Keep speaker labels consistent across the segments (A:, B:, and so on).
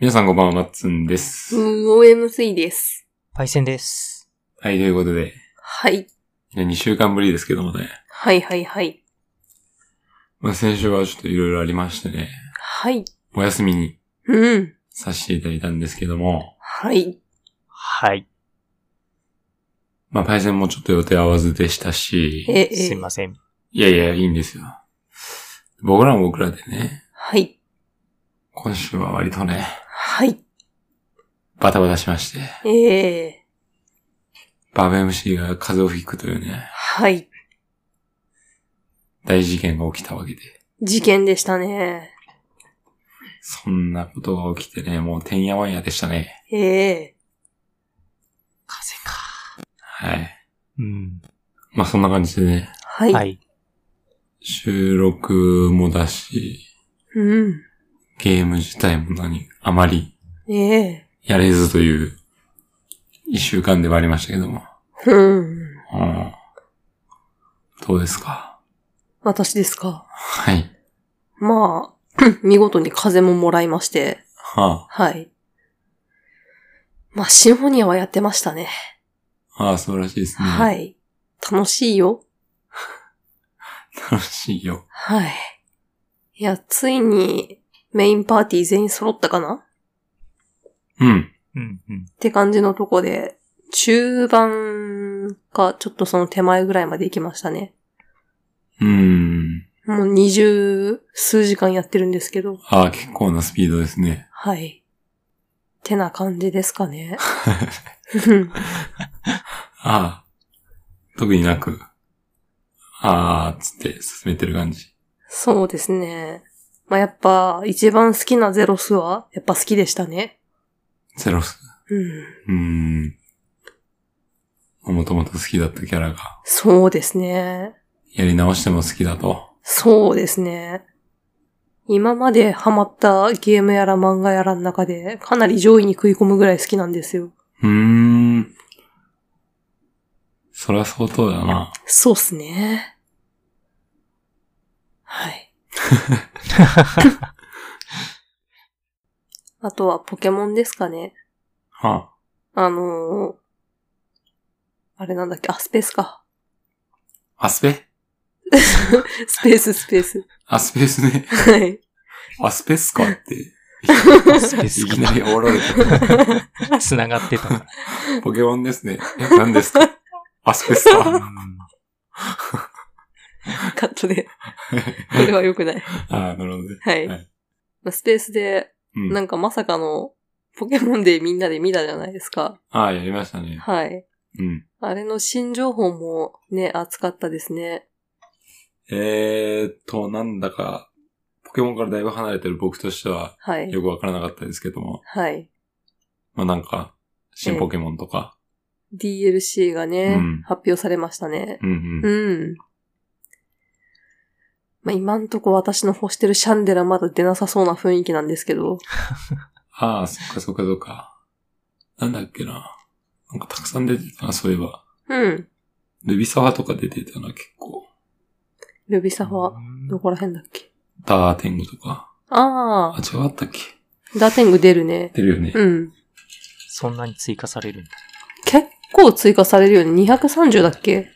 A: 皆さんこんばんは、まっつんです。
B: うん、OMC です。
C: パイセンです。
A: はい、ということで、
B: はい。
A: 2週間ぶりですけどもね。
B: はいはいはい。
A: まあ、先週はちょっといろいろありましてね、
B: はい。
A: お休みに
B: うん。
A: させていただいたんですけども、
B: はい。
C: はい。
A: まあ、パイセンもちょっと予定合わずでしたし、
B: え、え、
C: すいません。
A: いやいや、いいんですよ。僕らも僕らでね、
B: はい。
A: 今週は割とね、
B: はい。
A: バタバタしまして、
B: ええ
A: バブ MC が風邪をひくというね、
B: はい。
A: 大事件が起きたわけで、
B: 事件でしたね。
A: そんなことが起きてね、もうてんやわんやでしたね。
B: ええ
C: 風か。
A: はい。
C: うん。
A: まあ、そんな感じでね、
B: はい。
C: はい。
A: 収録もだし、
B: うん。
A: ゲーム自体も何、あまり
B: ええ
A: やれずという、一週間ではありましたけども。
B: うん。
A: うん。どうですか
B: 私ですか。
A: はい。
B: まあ、 見事に風ももらいまして。
A: は
B: はい。まあ、シンフォニアはやってましたね。
A: あ、ああ、そうらしいですね。
B: は。い。楽しいよ。
A: 楽しいよ。
B: はい。いや、ついに、メインパーティー全員揃ったかな
A: うん。
C: うん、うん。
B: って感じのとこで、中盤か、ちょっとその手前ぐらいまで行きましたね。
A: うーん。
B: もう二十数時間やってるんですけど。
A: ああ、結構なスピードですね。
B: はい。てな感じですかね。うん
A: ああ。特になく、ああ、つって進めてる感じ。
B: そうですね。まあ、やっぱ、一番好きなゼロスは、やっぱ好きでしたね。
A: ゼロス。
B: うん。
A: うーん。もともと好きだったキャラが、
B: そうですね。
A: やり直しても好きだと。
B: そうですね。今までハマったゲームやら漫画やらの中で、かなり上位に食い込むぐらい好きなんですよ。
A: うーん。そりゃ相当だな。
B: そうっすね。 はい。あとはポケモンですかね。
A: は
B: あのーあれなんだっけ、あ、スペース か。
A: あ、アスペ
B: スペース、スペース。
A: アスペですね。
B: はい。
A: アスペっすかって。
C: スペース
A: い
C: か
A: きなりおられた。
C: 繋がってたか
A: ポケモンですね。え、何ですかアスペっす
C: ら。う
A: か
C: ん
B: カットで。これは良くない。
A: ああ、なるほどね。
B: はい。
A: はい
B: まあスペースで、
A: うん。
B: なんかまさかの、ポケモンでみんなで見たじゃないですか。
A: ああ、やりましたね。
B: はい。
A: うん。
B: あれの新情報もね、熱かったですね。
A: えーっと、なんだか、ポケモンからだいぶ離れてる僕としては、
B: はい。
A: よくわからなかったですけども。
B: はい。
A: まあなんか、新ポケモンとか。
B: DLC がね、
A: うん
B: 発表されましたね。
A: うんう。
B: うんん。まあ、今んとこ私の欲してるシャンデラまだ出なさそうな雰囲気なんですけど。
A: ああ、そっかそっかそっか。なんだっけな。なんかたくさん出てたな、そういえば。
B: うん。
A: ルビサワとか出てたな、結構。
B: ルビサファ、どこら辺だっけ
A: ダーテングとか。
B: あ
A: あ、違うあったっけ
B: あ、ダーテング出るね。
A: 出るよね。
B: うん。
C: そんなに追加されるんだ。
B: 結構追加されるよね。230だっけ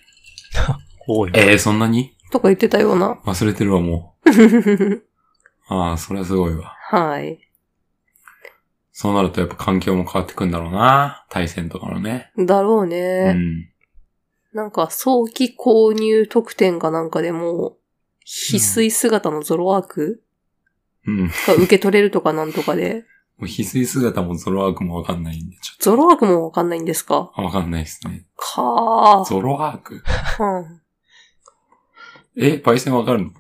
C: 多い。
A: えー、そんなに
B: とか言ってたような。
A: 忘れてるわ、もう。ああ、それはすごいわ。
B: はい。
A: そうなるとやっぱ環境も変わってくんだろうな。対戦とかのね。
B: だろう
A: う
B: ね。
A: ん。
B: なんか、早期購入特典かなんかでも、翡翠姿のゾロワーク
A: うん。も
B: が受け取れるとかなんとかで。
A: う翡翠姿もゾロワークもわかんないんで、ちょっ
B: ゾロワークもわかんないんですか
A: と。わかんないですね。
B: かー。
A: ゾロワーク
B: うん。
A: え、パイセンわかるの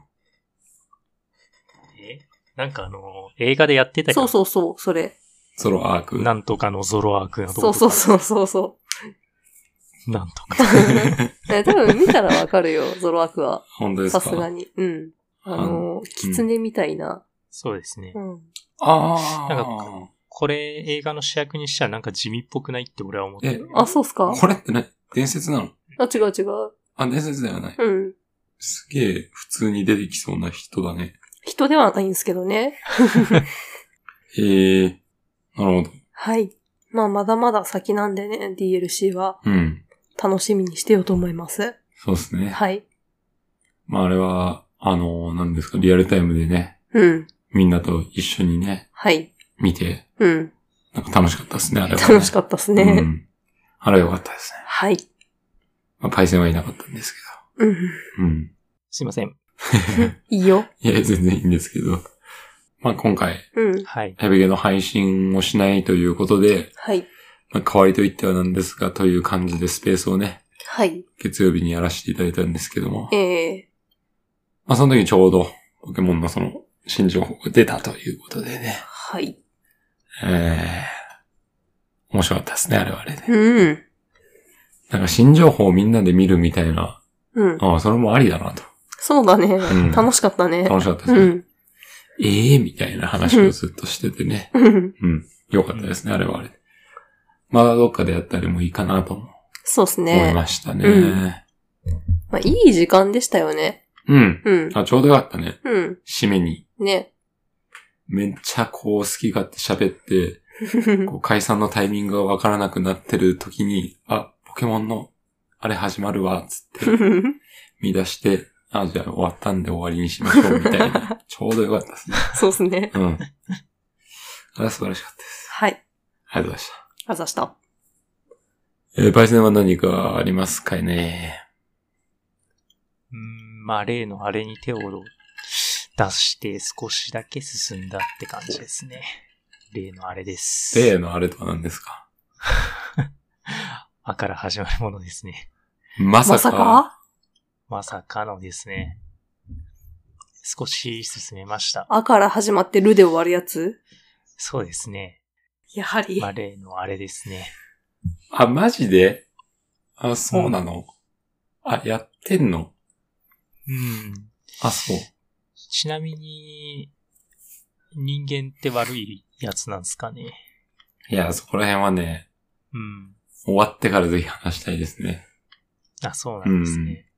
C: えなんかあの、映画でやってた
B: そう
C: う。
B: そうそう、それ。
A: ゾロワーク。
C: なんとかのゾロワークの
B: そ
C: と
B: う
C: こと
B: そう
C: か
B: そうそうそ
C: なんとか。
B: う。え多分見たらわかるよ、 ゾロワークは。
A: 本当です
B: さ
A: か
B: すがに。うん。あの、キツネみたいな。
C: そうですね
B: う。ん。
A: あ
C: なん
A: あ。
C: これ、映画の主役にしちゃなんか地味っぽくないって俺は思って
A: え
C: る。、
B: あ、そうっすか
A: これってね、伝説なの
B: あ、違う違う。
A: あ、伝説ではない。
B: うん。
A: すげえ普通に出てきそうな人だね。
B: 人ではないんですけどね。
A: ええなるほど。
B: はい。まあ、まだまだ先なんでね、DLC は
A: うん。
B: 楽しみにしてようと思います。
A: そうですね。
B: はい。
A: まああれは、あの、なんですか、リアルタイムでね、
B: うん。
A: みんなと一緒にね、
B: はい。
A: 見て、
B: うん。
A: なんか楽しかったですね、あれは、
B: 楽し
A: っ
B: かったですね。
A: うん。あれは良かったですね。
B: はい。
A: まあ、パイセンはいなかったんです
B: うん。
A: けど。うん。
C: すいません。
B: いいよ。
A: いや、全然いいんですけど。まあ今回、
B: うん。
C: はい。
A: ヘビゲの配信をしないということで、
B: はい。
A: まあ、代わりと言ってはなんですが、という感じでスペースをね、
B: はい。
A: 月曜日にやらせていただいたんですけども、
B: ええ
A: まあその時ちょうど、ポケモンのその、新情報が出たということでね、
B: はい。
A: えー、面白かったですね、あれはあれで。
B: うん。
A: なんか新情報をみんなで見るみたいな、
B: うん。
A: ああ、それもありだなと。
B: そうだね
A: うん。
B: 楽しかったね。
A: 楽しかったです
B: う
A: ね。
B: ん。
A: ええー、みたいな話をずっとしててね。
B: うん。
A: うん。よかったですね、あれはあれで。まだどっかでやったりもいいかなとも
B: そうっす
A: 思い
B: ね。
A: ましたね。
B: うんまあ、いい時間でしたよね。
A: うん。
B: うん。
A: あ、ちょうどよかったね。
B: うん。
A: 締めに。
B: ね。
A: めっちゃこう好き勝手喋って、こう解散のタイミングがわからなくなってる時に、あ、ポケモンの、あれ始まるわ、つって見出して、あ、じゃあ終わったんで終わりにしましょう、みたいな。ちょうどよかったですね。
B: そうっすね。
A: うん。あれは素晴らしかったです。
B: はい。
A: ありがとうございました。
B: あざした。
A: えー、パイセンは何かありますかいね。
C: うーん、まあ、例のあれに手を出して少しだけ進んだって感じですね。例のあれです。
A: 例のあれとは何ですか
C: あから 始まるものですね。
A: まさか
B: まさか
C: まさかのですね。少し進めました。
B: あから始まってるで終わるやつ
C: そうですね。
B: やはり
C: まあ、。例のあれですね。
A: あ、マジであ、そうなの、あ、やってんの
C: うん。
A: あ、そう。
C: ちなみに、人間って悪いやつなんですかね。
A: いや、そこら辺はね、
C: うん。
A: 終わってからぜひ話したいですね。
C: あ、そうなんですね。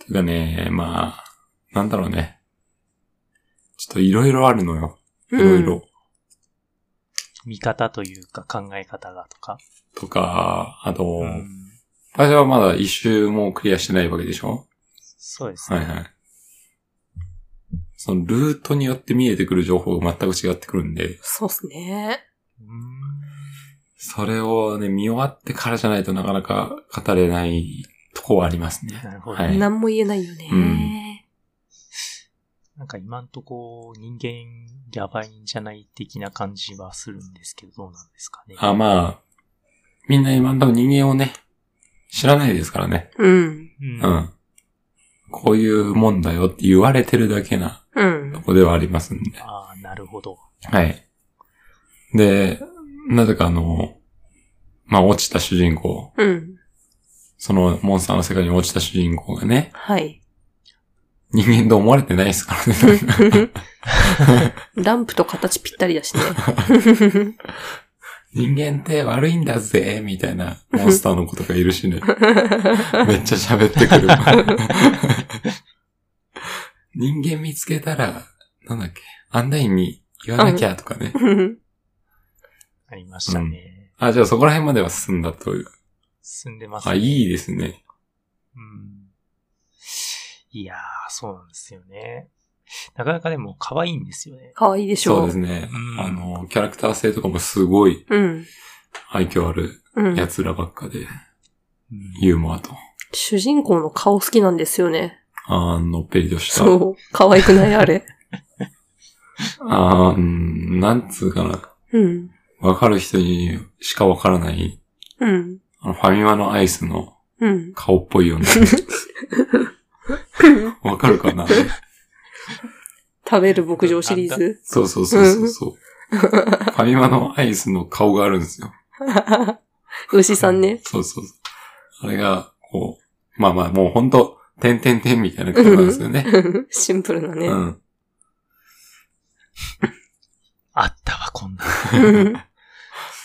A: ていうかね、まあ、なんだろうね。ちょっといろいろあるのよ。いろいろ。
C: 見方というか考え方がとか。
A: とか、あと、
C: うん。
A: 私はまだ一周もクリアしてないわけでしょ
C: そうです
A: はい
C: ね。
A: はい。そのルートによって見えてくる情報が全く違ってくるんで、
B: そうっすね。
C: うん
A: それをね、見終わってからじゃないとなかなか語れないとこはありますね。
C: なるほど
A: はい。
B: 何も言えないよね。
A: うん
C: なんか今んとこ人間やばいんじゃない的な感じはするんですけど、どうなんですかね。
A: あ、まあ、みんな今んとこ人間をね、知らないですからね。
B: うん。
C: う。
A: うんん。こういうもんだよって言われてるだけな
B: うん
A: と。こではありますんで。
C: ああ、なるほど。
A: はい。で、なぜかあの、まあ落ちた主人公、
B: うん。
A: そのモンスターの世界に落ちた主人公がね、
B: はい。
A: 人間と思われてないですから ね。
B: ランプと形ぴったりだしね。
A: 人間って悪いんだぜ、みたい なモンスターの子とかいるしね。めっちゃ喋ってく る。人間見つけたら、なんだっけ、アンダインに言わなきゃとかね。
C: ありましたね。
A: あ、じゃあそこら辺までは進んだという。
C: 進んでます、ね。
A: あ、いいですね。
C: うん。いやー、そうなんですよね。なかなかでも可愛いんですよね。
B: かわいいでし
A: そう
B: ょ
A: ですね
C: う。ん
A: あの、キャラクター性とかもすごい
B: うん。
A: 愛嬌ある
B: うん。
A: 奴らばっかで、
C: うん
A: ユーモアと、
B: 主人公の顔好きなんですよね。
A: あーのっぺりとした、
B: そう。可愛くないあれ。
A: あーうんなんつうかな、
B: うん。
A: わかる人にしかわからない、
B: うん。
A: あのファミマのアイスの
B: うん。
A: 顔っぽいよね。わかるかな
B: 食べる牧場シリーズ。
A: そうそうそうそうそう。ファミマのアイスの顔があるんですよ。
B: 牛さんね。
A: そうそうそう。あれが、こう、まあまあ、もうほんと、てんてんてんみたいな顔なんですよね。
B: シンプルなね
A: う。ん。
C: あったわ、こんな。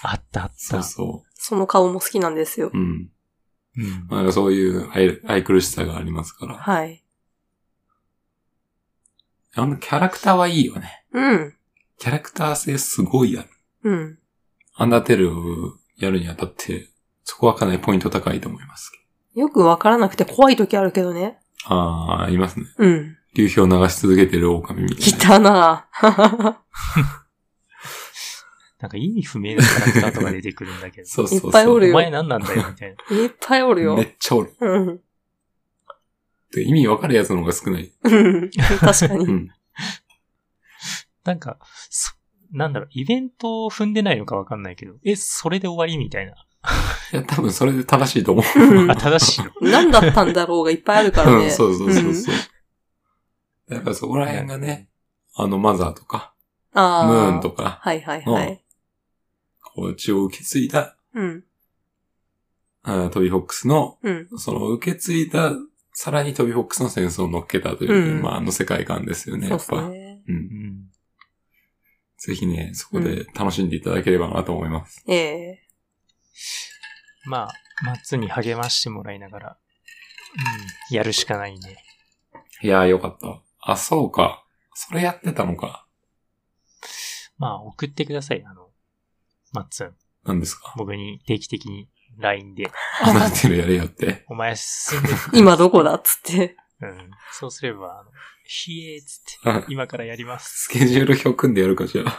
C: あったあっ
A: そ
C: た
A: う。そ
B: その顔も好きなんですよ
A: う。。うん。
C: うん
A: なんかそういう愛愛苦しさがありますから。
B: はい。
A: あのキャラクターはいいよね。
B: うん。
A: キャラクター性すごいある。
B: うん。
A: アンダーテールをやるにあたって、そこはかなりポイント高いと思います。
B: よくわからなくて怖い時あるけどね。
A: ああ、いますね。
B: うん。
A: 流氷流し続けてる狼みたい
B: い
A: な。
B: たなぁ
C: なんか意味不明なキャラクターとか出てくるんだけど。
A: そうそうそう。
B: いっぱいお
C: お
B: るよ
C: 前何なんだよ、みたいな。
B: いっぱいおるよ
A: め。っちゃおる。
B: うん。
A: てか意味わかるやつの方が少ない。
B: うん確か
A: う
B: に。
A: ん。
C: なんか、そなんだろう、イベントを踏んでないのかわかんないけど、え、それで終わりみたいな。
A: いや、多分それで正しいと思う。
B: うん
C: あ、正しいの。
B: 何だったんだろうがいっぱいあるから
A: う
B: ね。
A: ん、そうそうそうそう。やっぱりそこら辺がね、あの、マザーとか、
B: うん。
A: ム
B: ああ。
A: ーンとか、
B: はいはいはい。
A: こう、血を受け継いだ、
B: うん。
A: あートビーホックスの、
B: うん。
A: その受け継いだ、さらにトビーホックスの戦争を乗っけたという、
B: うん
A: まあ、あの世界観ですよね、
B: そ
A: や
B: うっ
A: っ
B: す
A: ぱ。
B: ね。
A: う。
C: うんん。
A: ぜひね、そこで楽しんでいただければなと思います。
B: ええ。
C: まあ、マッツに励ましてもらいながら、うん、やるしかないね。
A: いやー、よかった。あ、そうか。それやってたのか。
C: まあ、送ってください、あの、マッツン。
A: 何ですか。
C: 僕に定期的に LINE で、
A: アナテルやれよって。
C: お前進んでる、
B: 今どこだっつって。
C: うん。そうすれば、あの、ひえーっつって、
A: あ
C: 今からやります。
A: スケジュール表組んでやるかしら。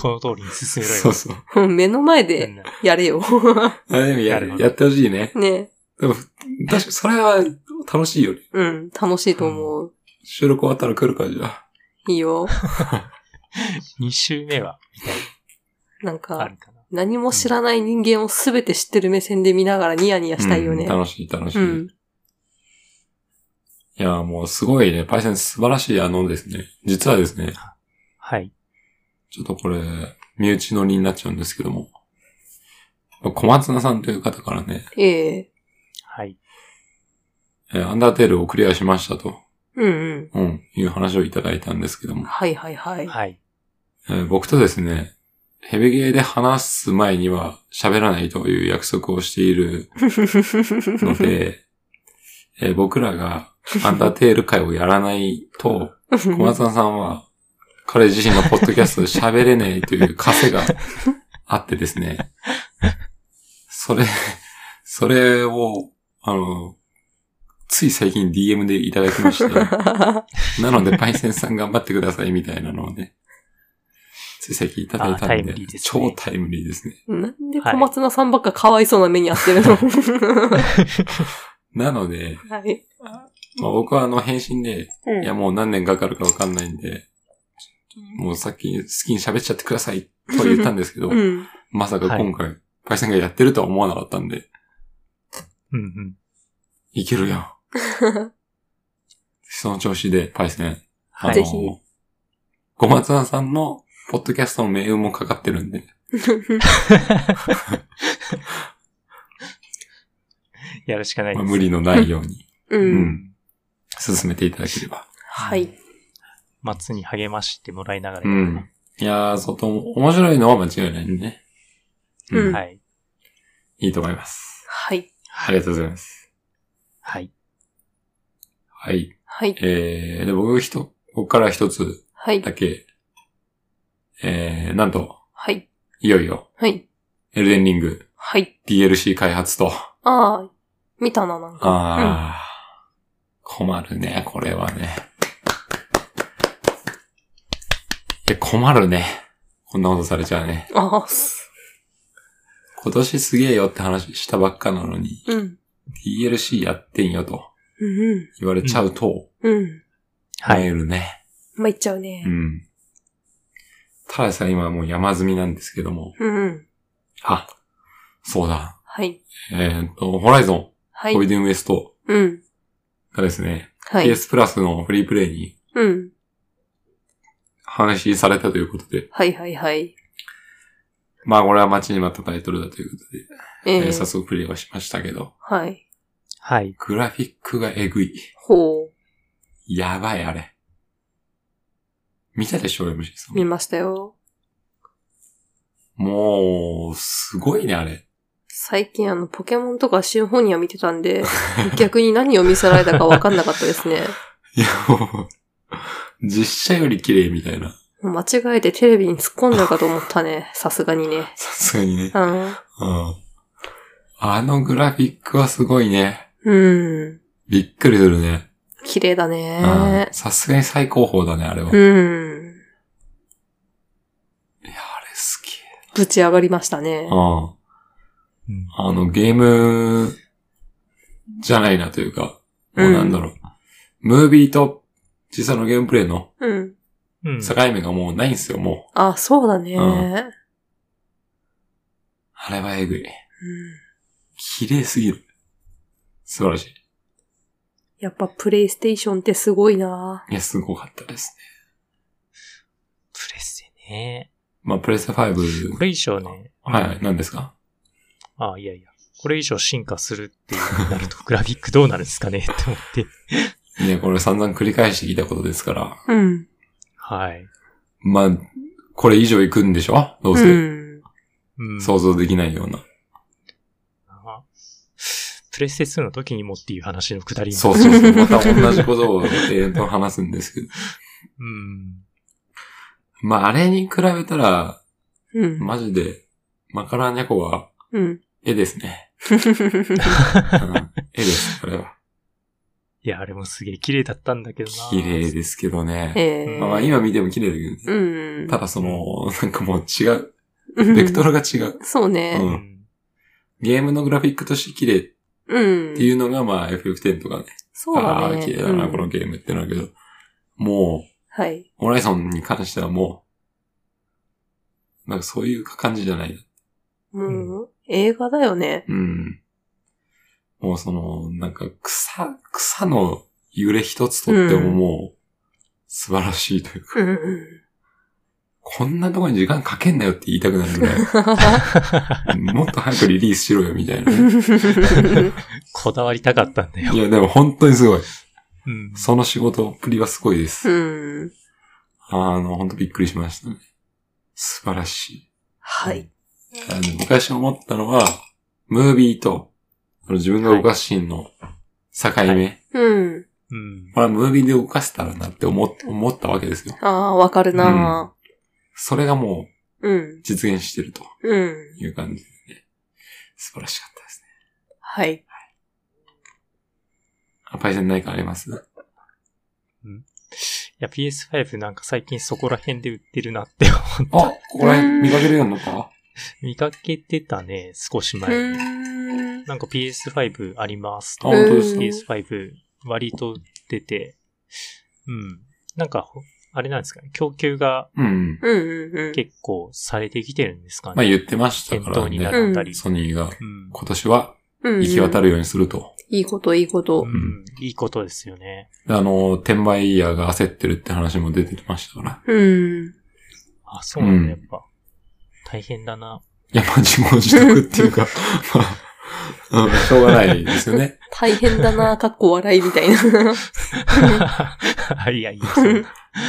C: この通りに進めろよ。
A: そうそう。
B: 目の前
C: みん
B: で
C: な
B: や れよ。
A: あでもや
C: なるほど
A: やってほしいね。
B: ね。
A: でも、確かにそれは楽しいよね。
B: うん。楽しいと思う。
A: 収録終わったら来るか、じゃあ。
B: いいよ。
C: 2週目は
B: なんか。
C: あるかな。
B: 何も知らない人間をすべて知ってる目線で見ながらニヤニヤしたいよ
A: う
B: ね
A: ん。楽しい、楽し
B: う
A: い。
B: ん
A: い。や、もうすごいね。パイセン素晴らしいあのですね。実はですね、
C: はい。
A: ちょっとこれ、身内乗りになっちゃうんですけども。小松菜さんという方からね、
B: ええ。
C: はい。
A: えーアンダーテールをクリアしましたと、
B: うんうん。
A: うん、いう話をいただいたんですけども。
B: はいはいはい。
C: はい。
A: えー僕とですね、ヘビゲーで話す前には喋らないという約束をしているので、えー僕らがアンダーテール会をやらないと、小松菜さんは彼自身のポッドキャストで喋れないという枷があってですね、それ、それを、あの、つい最近 DM でいただきまして、なのでパイセンさん頑張ってくださいみたいなのをね、 つい最近いただいた
C: あタイ
A: ん
C: ム
A: で、
C: リーですね
A: 超タイムリーですね。
B: なんで小松菜さんばっかかわいそうな目に遭ってるの
A: なので、
B: はい。
A: まあ、僕はあの返信で、
B: うん
A: いや、もう何年かかるかわかんないんで、もうさっき好きに喋っちゃってくださいとは言ったんですけど、
B: うん。
A: まさか今回、パイセンがやってるとは思わなかったんで、
C: うんうん。
A: いけるやん。その調子で、パイセン。あの
B: ぜひ
A: 小松菜さんの、ポッドキャストの命運もかかってるんで、
C: やるしかない
A: ま
C: で
A: あ、
C: す。
A: 無理のないように、
B: う。
A: うんん、進めていただければ。
B: はい。
C: 松に励ましてもらいながら
A: う
C: やる
A: ん。いやー、相当面白いのは間違いないんでね。
B: うん
C: はい。
A: いいと思います。
B: はい。
A: ありがとうございます。
C: はい。
A: はい。
B: はい。
A: えー、で、僕一、ここから一つ
B: はい。
A: だけ、えー、なんと、
B: はい。
A: いよいよ、
B: はい。
A: エルデンリング
B: はい。
A: DLC 開発と、
B: ああ、見たな、なんか。
A: あー、困るね、これはね。いや、困るね。こんなことされちゃうね。
B: ああ、す
A: 今年すげえよって話したばっかなのに、
B: うん。
A: DLC やってんよと
B: うん。
A: 言われちゃうと、
B: うん。
A: な
C: は
A: え
C: い。
A: るね。
B: まいっちゃうね
A: う。ん。ただでさん今もう山積みなんですけども、
B: うんうん。
A: あ、そうだ。
B: はい。
A: えーっと、ホライゾン、
B: は
A: ゴイ
B: い。
A: デンウエスト
B: うん。
A: がですね、
B: はい。
A: PS プラスのフリープレイに
B: うん。
A: 配信されたということで、
B: はいはいはい。
A: まあこれは待ちに待ったタイトルだということで、
B: え
A: え
B: え
A: ー早速プレイはしましたけど、
B: はい。
C: はい。
A: グラフィックがえぐい。
B: ほ
A: やばい、あれ。見たでしょ、MC さ
B: う。見
A: ん。
B: ましたよ。
A: もう、すごいね、あれ。
B: 最近あの、ポケモンとかシンフォニア見てたん で、逆に何を見せられたかわかんなかったですね。
A: いや、もう、実写より綺麗みたいな。
B: う間違えてテレビに突っ込んだかと思ったね。さすがにね。
A: さすがにね。
B: うん。
A: うん。あのグラフィックはすごいね。
B: うん。
A: びっくりするね。
B: 綺麗だ
A: うん
B: ね。
A: さすがに最高峰だね、あれは。
B: う
A: いや、あ
B: ん。
A: れ好き。
B: ぶち上がりましたね
A: う。ん。
C: うん。
A: あの、ゲーム、じゃないなというか、もうなんだろう。ムービーと実際のゲームプレイの
B: うん。
C: うん。
A: 境目がもうないんですよ、もう。
B: あ、そうだね。
A: う
B: うん
A: ん。あれはえぐい。綺麗すぎる。素晴らしい。
B: やっぱプレイステーションってすごいない
A: や、すごかったですね。
C: プレステね。
A: まあ、プレステ5。
C: これ以上ね。
A: はい、何ですか
C: ああ、いやいや。これ以上進化するっていう風になると、グ ラフィックどうなるんですかねって思って。
A: ね、これ散々繰り返してきたことですから。
B: うん。
C: はい。
A: まあ、これ以上行くんでしょどう
B: う
A: せ、
B: ん。
C: うん。
A: 想像できないような。
C: あプレステ2の時にもっていう話のくだりに
A: そうそうそう。また同じことを永遠と話すんですけど。
C: うん。
A: まあ、あれに比べたら、
B: うん。
A: マジで、マカラーニャコは
B: うん。
A: 絵ですね。うん絵です、これは。
C: いや、あれもすげえ綺麗だったんだけどな。
A: 綺麗ですけどね。
B: ええ。
A: まあ、今見ても綺麗だけど
B: う
A: ね。
B: ん。
A: ただその、なんかもう違う。
B: うん、
A: ベクトルが違う。
B: そうね。
A: う
C: うんん。
A: ゲームのグラフィックとして綺麗っ
B: うん。
A: ていうのが、まあ、FF10 とかね。
B: そう
A: あ
B: だ
A: あ
B: ね。
A: ー、綺麗だな、
B: うん
A: このゲームってなるけど。も
B: はい。
A: う、ホライソンに関してはもう、なんかそういう感じじゃない。
B: もう、映画だよね。
A: うん。もうその、なんか草、草の揺れ一つとってももう、素晴らしいというか、
B: うん。
A: こんなとこに時間かけんなよって言いたくなるぐらい、もっと早くリリースしろよみたいなね。
C: こだわりたかったんだよ
A: い。や、でも本当にすごい。
C: うん。
A: その仕事っぷりはすごいで
B: う
A: す。
B: ん。
A: あの、本当びっくりしましたね。素晴らしい。
B: はい。
A: あの、昔思ったのは、ムービーと、あの自分が動かすシーンの境目。
C: は
B: うん。
C: うん。
A: これはムービーで動かせたらなって思っ思ったわけですよ。
B: ああ、わかるな
A: それがもう
B: うん。
A: 実現してると
B: うん。
A: いう感じですね。素晴らしかったですね。
B: はい。
A: あ、パイセン何かあります
C: いや、PS5 なんか最近そこら辺で売ってるなって思っ
A: あ、ここら辺見かけるようになった
C: 見かけてたね、少し
B: う
C: 前に。
B: ーん。
C: なんか PS5 あります
A: あ本当です
B: か
C: PS5 割と出て、うん。なんかほ、あれなんですかね、供給が
A: うんうん。
B: うんうんうん。
C: 結構されてきてるんですかね。
A: まあ言ってましたか
C: 店頭
A: ら
C: にな
A: ね。
C: ったり。
A: ソニーが
C: うん。
A: 今年は
B: うん
A: 行き渡るようにすると。
B: いいこと、いいこと
C: う。んいいことですよね。
A: であの、転売ヤーが焦ってるって話も出てましたから。
B: うん。
C: あ、そうなん
A: うん
C: だ、やっぱ。大変だ な。
A: いや、まあ自業自得っていう か、まあ、うんしょうがないですよね。
B: 大変だな、かっこ笑いみたいな。
C: いや、い いですね。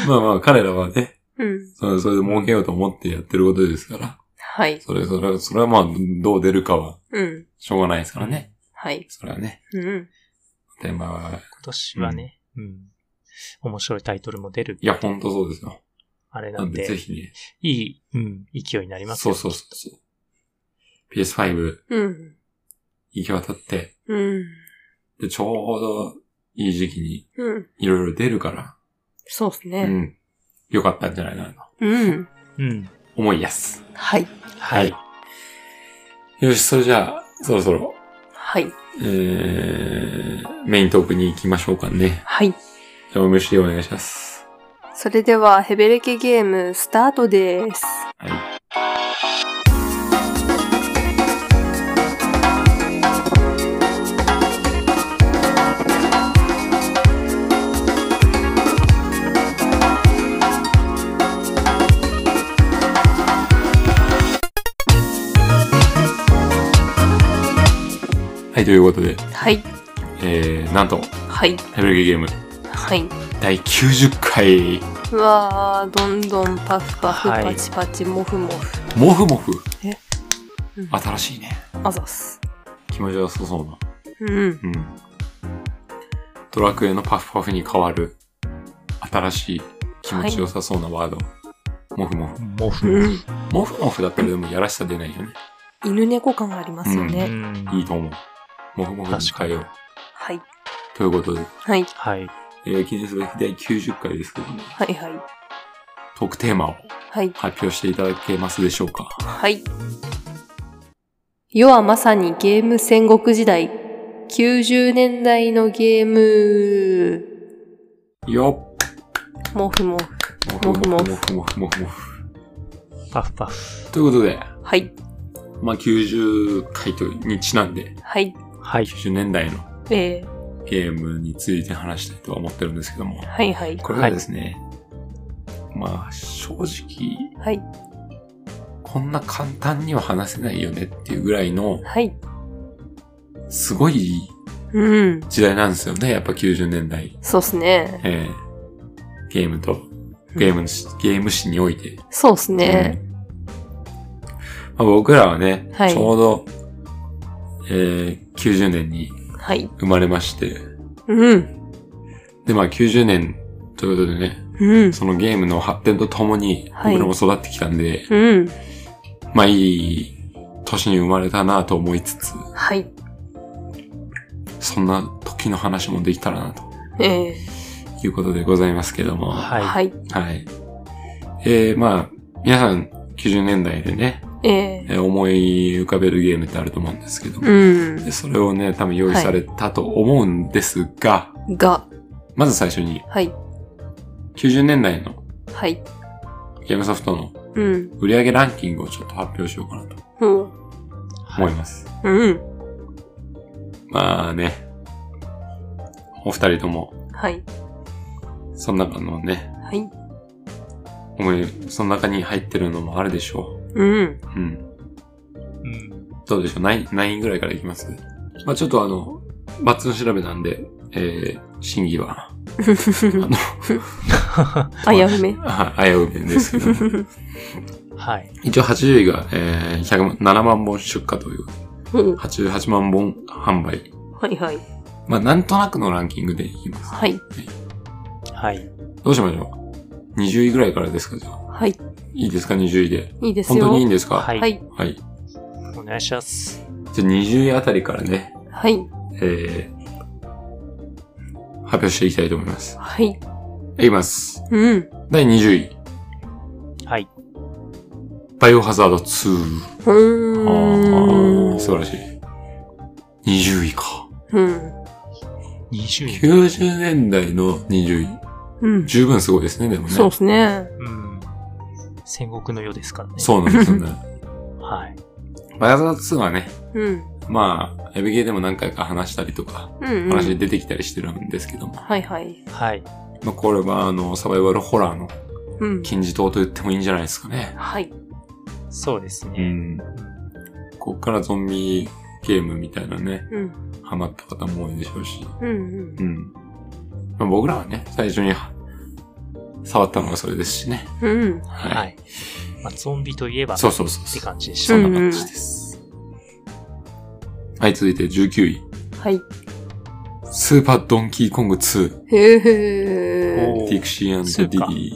A: まあまあ彼らはね、
B: うん。
A: それそれで儲けようと思ってやってることですから。
B: はい。
A: それ、それ、それはまあどう出るかは
B: うん。
A: しょうがないですからね。
B: はい。
A: それはね、
B: うん。
A: テーマは、
C: 今年はね、うん、面白いタイトルも出る。
A: いや、ほんとそうですよ。
C: あれな
A: なん
C: ん
A: で、
C: で、
A: ぜひね。
C: いい、うん、勢いになります
A: そう
C: よ
A: そうそうそう。PS5
B: うん。
A: 行き渡って、
B: うん。
A: で、ちょうどいい時期に
B: うん。
A: いろいろ出るか
B: そうです
A: ら、う
B: ね。
A: ん。よかったんじゃないかなと
B: うん。
C: うん。
A: 思いやす。
B: はい。
A: はい。よし、それじゃあ、そろそろ、
B: はい。
A: えー、メイントークに行きましょうかね。
B: はい。
A: じゃあ、お飯でお願いします。
B: それでは、ヘベレケゲーム、スタートです。
A: はい。はい、ということで、
B: はい。
A: えー、なんと、
B: はい。
A: ヘブルゲゲーム
B: はい。
A: 第90回、
B: うわー、どんどんパフパフ、
C: はい
B: パチパチ、モフモフ。
A: モフモフ。
B: えうん
A: 新しいね。
B: あざっす。
A: 気持ちよさそうな。
B: うん。
A: うん。ドラクエのパフパフに変わる、新しい気持ちよさそうなワード。モフモフ。
C: モフ。
B: う
C: うん
B: ん。
A: モフモフだったらでもやらしさ出ないよね。
B: 犬猫感がありますよね。
A: いいと思う。モフモフに変えよう。
B: はい。
A: ということで、
B: はい。
C: はい。
A: えー記念すべき第90回ですけども、
B: はいはい。
A: トークテーマを
B: はい。
A: 発表していただけますでしょうか。
B: はい。世はまさにゲーム戦国時代。90年代のゲーム、
A: よ
B: もふもふ。
A: っモ
B: フモフ
A: モフモフモフモフ。
C: パフパフ。
A: ということで、
B: はい。
A: まあ、90回とにちなんで、
B: はい。
C: はい。
A: 90年代の
B: え
A: ゲームについて話したいとは思ってるんですけども
B: ー、、はいはい。
A: これがですね、まあ、正直、
B: はい。
A: こんな簡単には話せないよねっていうぐらいの、
B: はい。
A: すごい
B: うん。
A: 時代なんですよね、やっぱ90年代。
B: そうっすね。
A: えーゲームと、ゲームし、ゲーム史において。
B: そうっすね。
A: うんまあ、僕らはね、
B: はい
A: ちょうど、えー90年に
B: はい。
A: 生まれまして、
B: うん。
A: で、まあ90年ということでね、
B: うん。
A: そのゲームの発展とともに、
B: はい
A: 僕らも育ってきたんで、
B: うん。
A: まあいい年に生まれたなと思いつつ、
B: はい。
A: そんな時の話もできたらなと
B: え
A: いうことでございますけども。は
B: ー、
C: はい。
B: はい。
A: い。えー、まあ、皆さん90年代でね、
B: え
A: えー思い浮かべるゲームってあると思うんですけども、
B: ー、
A: でそれをね、多分用意されたと思うんですが、
B: うん。が、
A: まず最初に
B: はい。
A: 90年代の
B: はい。
A: ゲームソフトの
B: うん。
A: 売上ランキングをちょっと発表しようかなと
B: うん。
A: 思います。
B: うん。
A: まあね、お二人とも、
B: はい。
A: その中のね、
B: はい。
A: 思い、その中に入ってるのもあるでしょ
B: う
A: う。。う
B: ん
A: ん。
C: うん。
A: どうでしょう ?9、9ぐらいからいきますまあちょっとあの、バツの調べなんで、えー、審議は、
B: あ やふめ。
A: あ危うめですけど も
C: はい。
A: 一応80位が、えー、107万本出荷という、
B: うん
A: 88万本販売。
B: はいはい。
A: まあなんとなくのランキングでいきます。
B: はい。
C: はい。
A: どうしましょう ?20 位ぐらいからですかじゃあ。
B: はい。
A: いいですか ?20 位で。
B: いいです
A: 本
B: よ。
A: 当にいいんですか
C: は。
B: はいい。
A: はい。
C: お願いします。
A: じゃあ20位あたりからね、
B: はい。
A: えー、発表していきたいと思います。
B: はい。
A: いきます。
B: うん。
A: 第20位。
C: はい。
A: バイオハザード2。
B: うー
A: あ
B: ん
A: あ、。素晴らしい。20位か。
B: うん。
C: 20位。
A: 90年代の20位。
B: うん。
A: 十分すごいですね、でもね。
B: そうですね。
C: うん。戦国の世ですからね。
A: そうなんですよね。
C: う。はい。
A: バイオハザード2はね、
B: うん。
A: まあ、エビゲーでも何回か話したりとか、
B: うん、うん。
A: 話で出てきたりしてるんですけども。
B: はいはい。
C: はい。
A: まあ、これは、あの、サバイバルホラーの
B: うん。
A: 金字塔と言ってもいいんじゃないですかね。
B: はい。
C: そうです
A: う
C: ね。
A: ん。こっからゾンビゲームみたいなね、
B: うん。
A: ハマった方も多いでしょうし。
B: うんうん
A: う。ん。まあ、僕らはね、最初に触ったのがそれですしね。
B: うん。
A: は
C: はい。まあ、ゾンビといえば、
A: そう
C: っ
A: そうそうそ
C: て
A: う。
C: 感じでし
A: そ
C: た。
A: んな感じです。はい、続いて19位。
B: はい。
A: スーパードンキーコング2。
B: へえ。
A: ディクシー
C: ス
A: デ
C: ーパ
A: ィディ。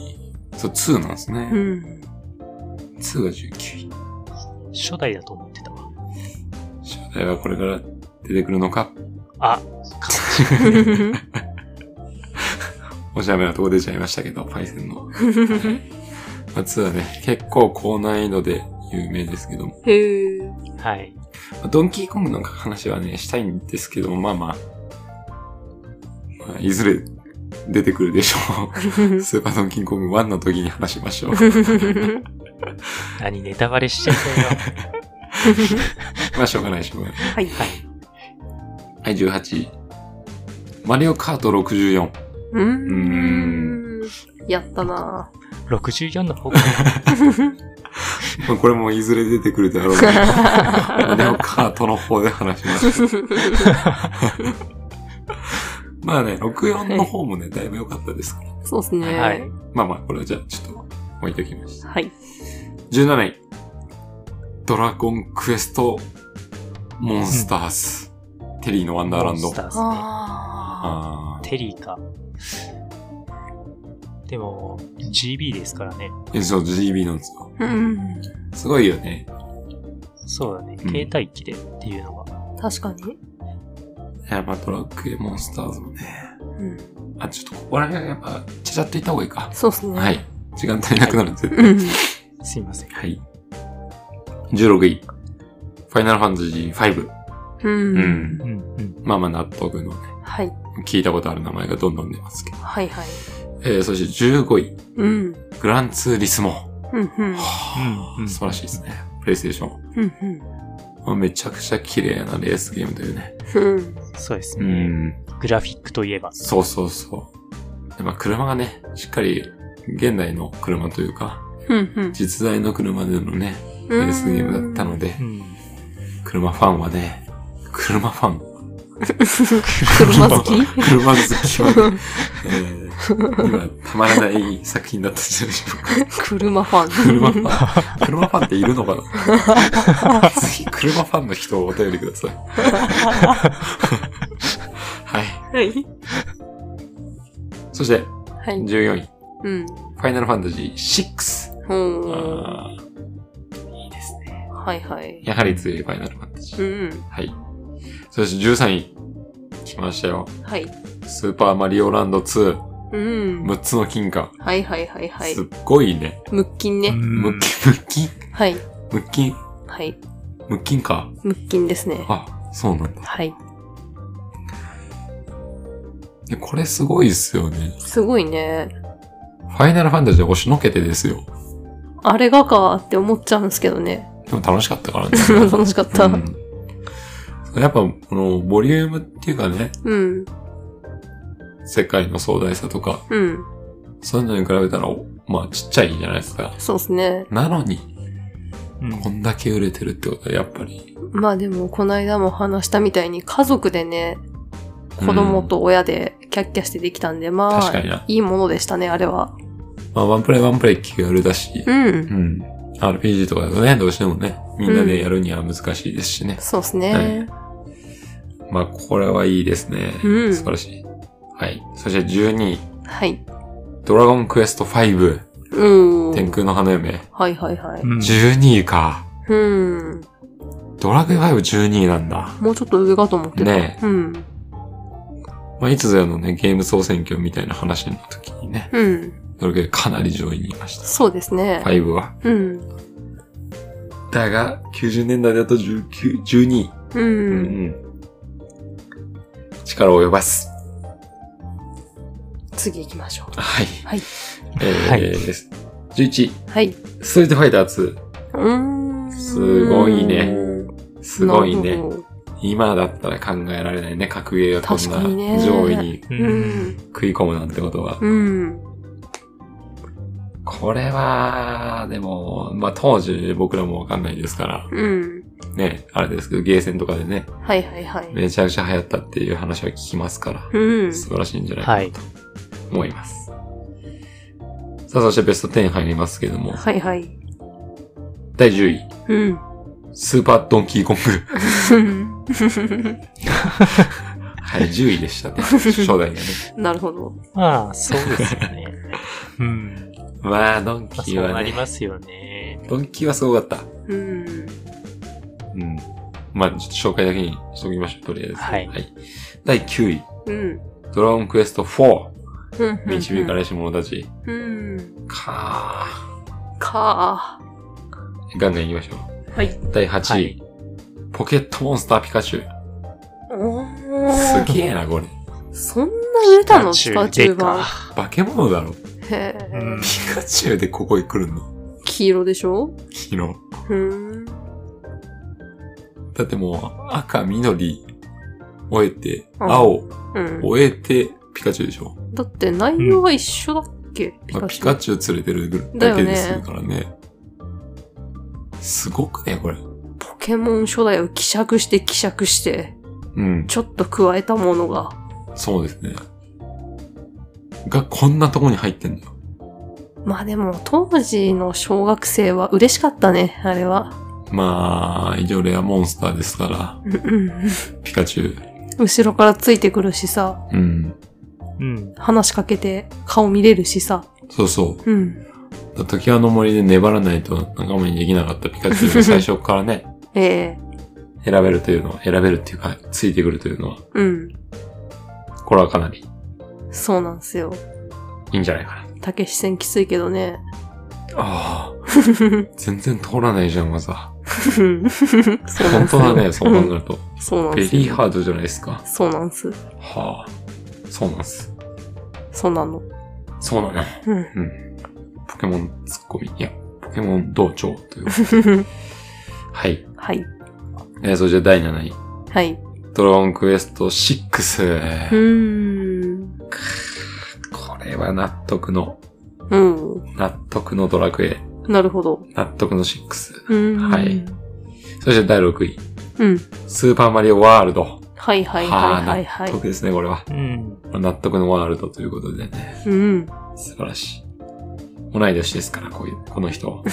A: そう、2なんです
B: う
A: ね。
B: ん。
A: 2が19位。
C: 初代だと思ってたわ。
A: 初代はこれから出てくるのか
C: あ、か
A: おしゃべりなとこ出ちゃいましたけど、パイセンの。まあ、2はね、結構高難易度で有名ですけども。
B: へえ。
C: はい。
A: まあドンキーコングの話はね、したいんですけども、まあまあ、まあ、いずれ出てくるでしょ う。スーパードンキーコング1の時に話しましょう。
C: 何、ネタバレしちゃいた よ。
A: まあ、しょうがない、しょうがない。
B: はい。
A: はい、18位。マリオカート64。
B: うーん。やったな
C: 64の方が、
A: まあ、これもいずれ出てくるだろう けどマリオカートの方で話しましょう。まあね、64の方もね、だいぶ良かったですから。
B: そうですね。
C: はい。
A: まあまあ、これはじゃあ、ちょっと置いときました。
B: はい。
A: 17位。ドラゴンクエストモンスターズ。テリーのワンダーランド。
C: モスターズね
B: ああ。
A: あー
C: テリーか。でも、GB ですからね。
A: え、そう、GB なんですよ。
B: うん。
A: すごいよね。
C: そうだね。
A: うん
C: 携帯機でっていうのが。
B: 確かに。
A: やっぱドラクエモンスターズもね。
B: うん。
A: あ、ちょっとここら辺はやっぱ、ちゃちゃっといった方がいいか。
B: そうっすね。
A: は。い。時間足りなくなるんで。
B: うん。
C: すいません。
A: はい。16位。ファイナルファンタジー5。
B: うん。
A: うん
C: うん、うん。
A: まあまあ納得のね、
B: はい。
A: 聞いたことある名前がどんどん出ますけど。
B: はいはい。
A: えー、そして15位。
B: うん。
A: グランツーリスモ。
B: うんうん。
A: は
C: うんう
A: あ
C: ん
A: 素晴らしいですね。プレイステーション。
B: うんうん。
A: まあ、めちゃくちゃ綺麗なレースゲームだよね。
B: うん。
C: そうです
A: う
C: ね。
A: ん。
C: グラフィックといえば。
A: そうそうそう。でまあ、車がね、しっかり現代の車というか、
B: うんうん。
A: 実在の車でのね、
B: レ
A: レースゲームだったので
C: う、ん。
A: 車ファンはね、車ファン
B: 車好
A: 車好
B: き
A: きは ね、えー今、たまらない作品だったんじゃないでしょうか。
B: 車ファン。
A: 車ファン、車ファンっているのかな ぜひ、車ファンの人をお便りください。はい。
B: はい。
A: そして、
B: はい。
A: 14位、
B: うん。
A: ファイナルファンタジー6。
B: ほー。
A: あーいいですね。
B: はいはい。
A: やはり強いファイナルファンタジ
B: う
A: ー。
B: ん
A: はい。そして13位、来ましたよ。
B: うん。はい。
A: スーパーマリオランド2、
B: うん。
A: 6つの金貨。
B: はいはいはいはい
A: すっ。ごいね。
B: ムッキンね。
A: ム
C: 向
A: ッキン、ムッキン、
B: はい。
A: ムッキン、
B: はい。
A: ムッキンか。
B: ムッキンですね。
A: あ、そうなんだ。
B: はい。
A: でこれすごいっすよね。
B: すごいね。
A: ファイナルファンタジー押しのけてですよ。
B: あれがかって思っちゃうんですけどね。
A: でも楽しかったからね。
B: 楽しかった。
A: うんやっぱ、この、ボリュームっていうかね、
B: うん。
A: 世界の壮大さとか、
B: うん。
A: そういうのに比べたら、おまあ、ちっちゃいじゃないですか。
B: そうですね。
A: なのに、
C: うん
A: こんだけ売れてるってことは、やっぱり、
B: まあでも、この間も話したみたいに家族でね、子供と親でキャッキャしてできたんで、ま
A: 確か
B: あ、
A: にな。
B: いいものでしたね、あれは。
A: まあ、ワンプレイワンプレイ気軽だし
B: う、ん。
A: うん。RPG とかだとね、どうしてもね、みんなでやるには難しいですしね。
B: そうですね。
A: まあ、これはいいですね。
B: うん
A: 素晴らしい。はい。そして12位、
B: はい。
A: ドラゴンクエスト5、
B: うん。
A: 天空の花嫁。
B: はいはいはい。
C: うん
A: 12位か。
B: うん。
A: ドラクエ512位なんだ。
B: もうちょっと上かと思ってた。
A: ね
B: うん。
A: まあ、いつぞやのね、ゲーム総選挙みたいな話の時にね、
B: うん。
A: ドラクエかなり上位にいました。
B: そうですね。
A: 5は。
B: うん。
A: だが、90年代だと19、12位。
B: う。
A: うんうん。力及ばす。
B: 次行きましょ
A: はい。
B: はい。
A: えー、
C: はい
A: 11位。
B: う。はい。
A: ストリートファイター2。
B: うーん。
A: すごいねすごい
B: な
A: ね
B: るほ。ど
A: 今だったら考えられないね。格ゲーがこ
B: 確かに
A: ん
B: ね
A: な上位に
B: う
C: う。
B: んん。
A: 食い込むなんてことは。
B: うん。
A: これは、でも、まあ当時僕らもわかんないですから、
B: うん。
A: ね、あれですけど、ゲーセンとかでね、
B: はいはいはい。
A: めちゃくちゃ流行ったっていう話は聞きますから、
B: うん。
A: 素晴らしいんじゃないか
C: はい。
A: と思います。さあ、そしてベスト10入りますけども、
B: はいはい。
A: 第10位、
B: うん。
A: スーパードンキーコング。はい、10位でした ね。初代がね。
B: なるほど。
C: まあ、そうですよね。うん。
A: まあ、ドン
C: まあ、
A: キー
C: そう
A: は
C: なり
A: ね、
C: ますよね。
A: ドンキーはすごかった。
B: うん。
A: うん。まあ、ちょっと紹介だけにしときましょう、とりあえず。
C: はい
A: 第9位、
B: うん。
A: ドラゴンクエスト4、
B: うん。
A: 導かれし者たち。
B: うん。
A: か
B: か
A: ー。ガンガン行きましょ
B: ー。はい。
A: う。第8位、
C: はい
A: ポケットモンスターピカチュウ。
B: お
A: す
B: ー。
A: げえな、これ。
B: そんな売れたのスパチューバ
C: か。
A: 化け物だろ。
B: へ
C: うん
B: ー。
A: ピカチュウでここに来るの
B: 黄色でしょ
A: 昨日。
B: うーん。
A: だってもう、赤、緑、終えて、
B: うん
A: 青、
B: うん。
A: 終えて、ピカチュウでしょ。
B: だって内容が一緒だっけ、ピ
A: まあ
B: カ
A: ピ
B: チ
A: カ
B: ュウ。
A: チュウ連れてる
B: だよ
A: だけ
B: ね
A: でするからね。すごくね、これ。
B: ポケモン初代を希釈して希釈して、
A: うん。
B: ちょっと加えたものが。
A: そうですね。が、こんなとこに入ってんだよ。
B: まあでも、当時の小学生は嬉しかったね、あれは。
A: まあ、以上レアモンスターですから、
B: うんうん
A: ピカチュ
B: 後ろからついてくるしさ、
A: ウ。うん。
C: うん。
B: 話しかけて顔見れるしさ。
A: そうそう。
B: うん。
A: 時はの森で粘らないと仲間にできなかったピカチュウが最初からね、
B: ええ
A: 選べるというのは、選べるっていうか、ついてくるというのは、
B: うん。
A: これはかなり
B: そうなんですよ。
A: いいんじゃないかな。
B: たけし戦きついけどね。
A: ああ。全然通らないじゃん、技。
B: そうなんすよ
A: 本当だ ね、そう考えると。
B: そうなん
A: ベ
B: す
A: リー
B: よ。
A: ハードじゃないですか。
B: そうなんす。
A: はあ。そうなんす。
B: そうなの。
A: そうなの。
B: うん。
A: うん。ポケモンツッコミ。いや、ポケモン同調という。はい。
B: はい。
A: えー、それじゃあ第7位。
B: はい。
A: ドラゴンクエスト6。
B: うーん。
A: これは納得の、
B: うん。
A: 納得のドラクエ。
B: なるほど。
A: 納得の6。
B: うーん。
A: はい。それじゃあ第6位。
B: うん。
A: スーパーマリオワールド。
B: はいはいはいはいは
A: 納
B: い。
A: 得ですね、これは。
C: うん。
A: 納得のワールドということでね。
B: うん。
A: 素晴らしい。同い年ですから、こういう、この人、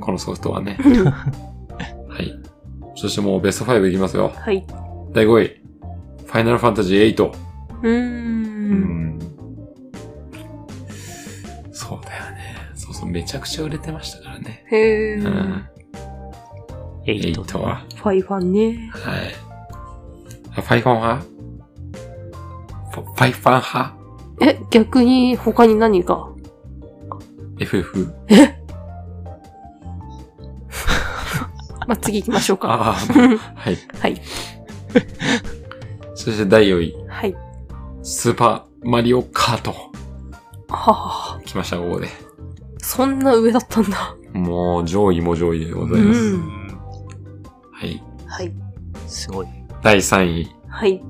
A: このソフトはね。はい。そしてもうベスト5いきますよ。
B: はい。
A: 第5位。ファイナルファンタジー8。
B: うー。
A: うんん。そうだよね。そうそう、めちゃくちゃ売れてましたからね。
B: へえ。
A: うん。
C: 8
A: 8
C: と。
A: は。
B: ファイファンね。
A: はい。あ、ファイファン派ファファイファン派
B: え、逆に他に何か
A: ?FF?
B: まあ、次行きましょうか。
A: ああ、はい。
B: はい。
A: そして第4位。
B: はい。
A: スーパーマリオカート。
B: はあ、
A: 来ました、ここで。
B: そんな上だったんだ。
A: もう、上位も上位でございます。
B: うん
A: はい。
B: はい。
C: すごい。
A: 第3位。
B: はい。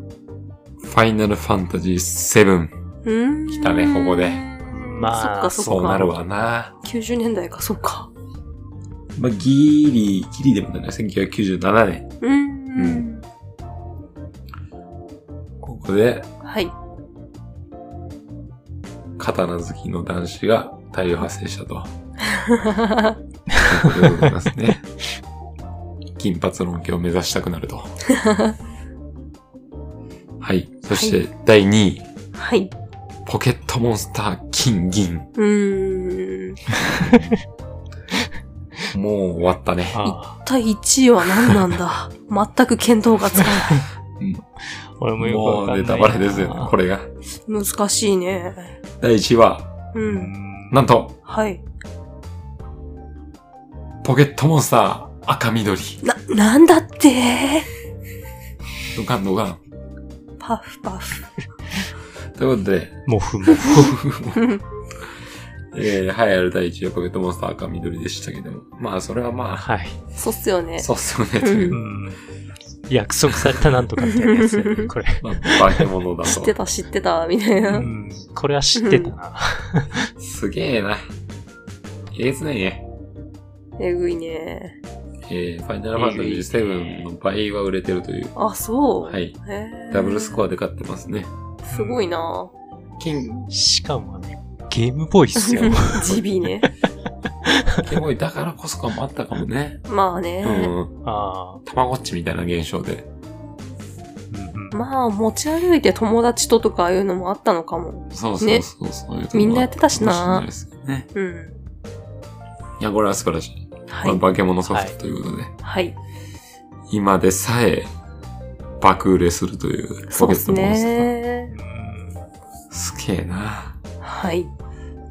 A: ファイナルファンタジー7。
B: うーん。
A: 来たねここで
C: まあ
B: そっかそっか。
A: そうなるわな。
B: 90年代か、そっか。
A: まあ、ギリ、ギリでもないな。1997年。
B: うーん。
A: ここで、
B: はい。
A: 刀好きの男子が大量発生したと。ということでございますね。金髪論家を目指したくなると。はい。そして、第2位。
B: はい。
A: ポケットモンスター金銀。
B: うーん。
A: もう終わったね。
C: あ
B: 第1位は何なん だ全く見当がつかない。
C: あ。俺もよく
A: も
C: わか
A: うん
C: ない
A: ネ
C: な。
A: タバレですよね、これが。
B: 難しいね。
A: 第1は、
B: う。
C: うんん。
A: なんと、
B: はい。
A: ポケットモンスター赤緑。
B: な、なんだって
A: ドカンドカン。
B: パフパフ。
A: ということで、
C: もふもふ。
A: えー、はやる第1はポケットモンスター赤緑でしたけども。まあ、それはま
C: はい。
B: そうっすよね
A: あ、。そうっすよね、というう。
C: ん。約束されたなんとかみたいなやつだよねこれ。
A: まあ、化け物だ
B: 知っ
A: と
B: て。た知ってた、みたいうな。
C: ん。これは知ってたな。
A: すげえな。えげつないね。
B: えぐいね。
A: えー、ファイナルファンタジー7の倍は売れてるという。
B: あ、そう。
A: はい。
B: へー
A: ダブルスコアで勝ってますね。
B: すご いな
A: 金、
C: しかもね、ゲームボーイっすよ。
B: ジビね。
A: ケモイだからこそかもあったかもね。
B: まあ
A: う
B: ね。
A: んうん。
C: ああ。
A: たまごっちみたいな現象で。
C: うんうん
B: まあ、持ち歩いて友達ととかいうのもあったのかも。
A: そうそうそう、そういうとこ
B: みんなやってたしな
A: あったかもしれないですね。
B: うん。
A: いや、これは素晴らしい。
B: は
A: これ
B: い。
A: 化け物ソフトということで。
B: はい。
A: 今でさえ、爆売れするという
B: そ
A: ポケ
B: うで
A: ッ
B: す
A: トモンスター。
B: ね。
A: すげえな。
B: はい。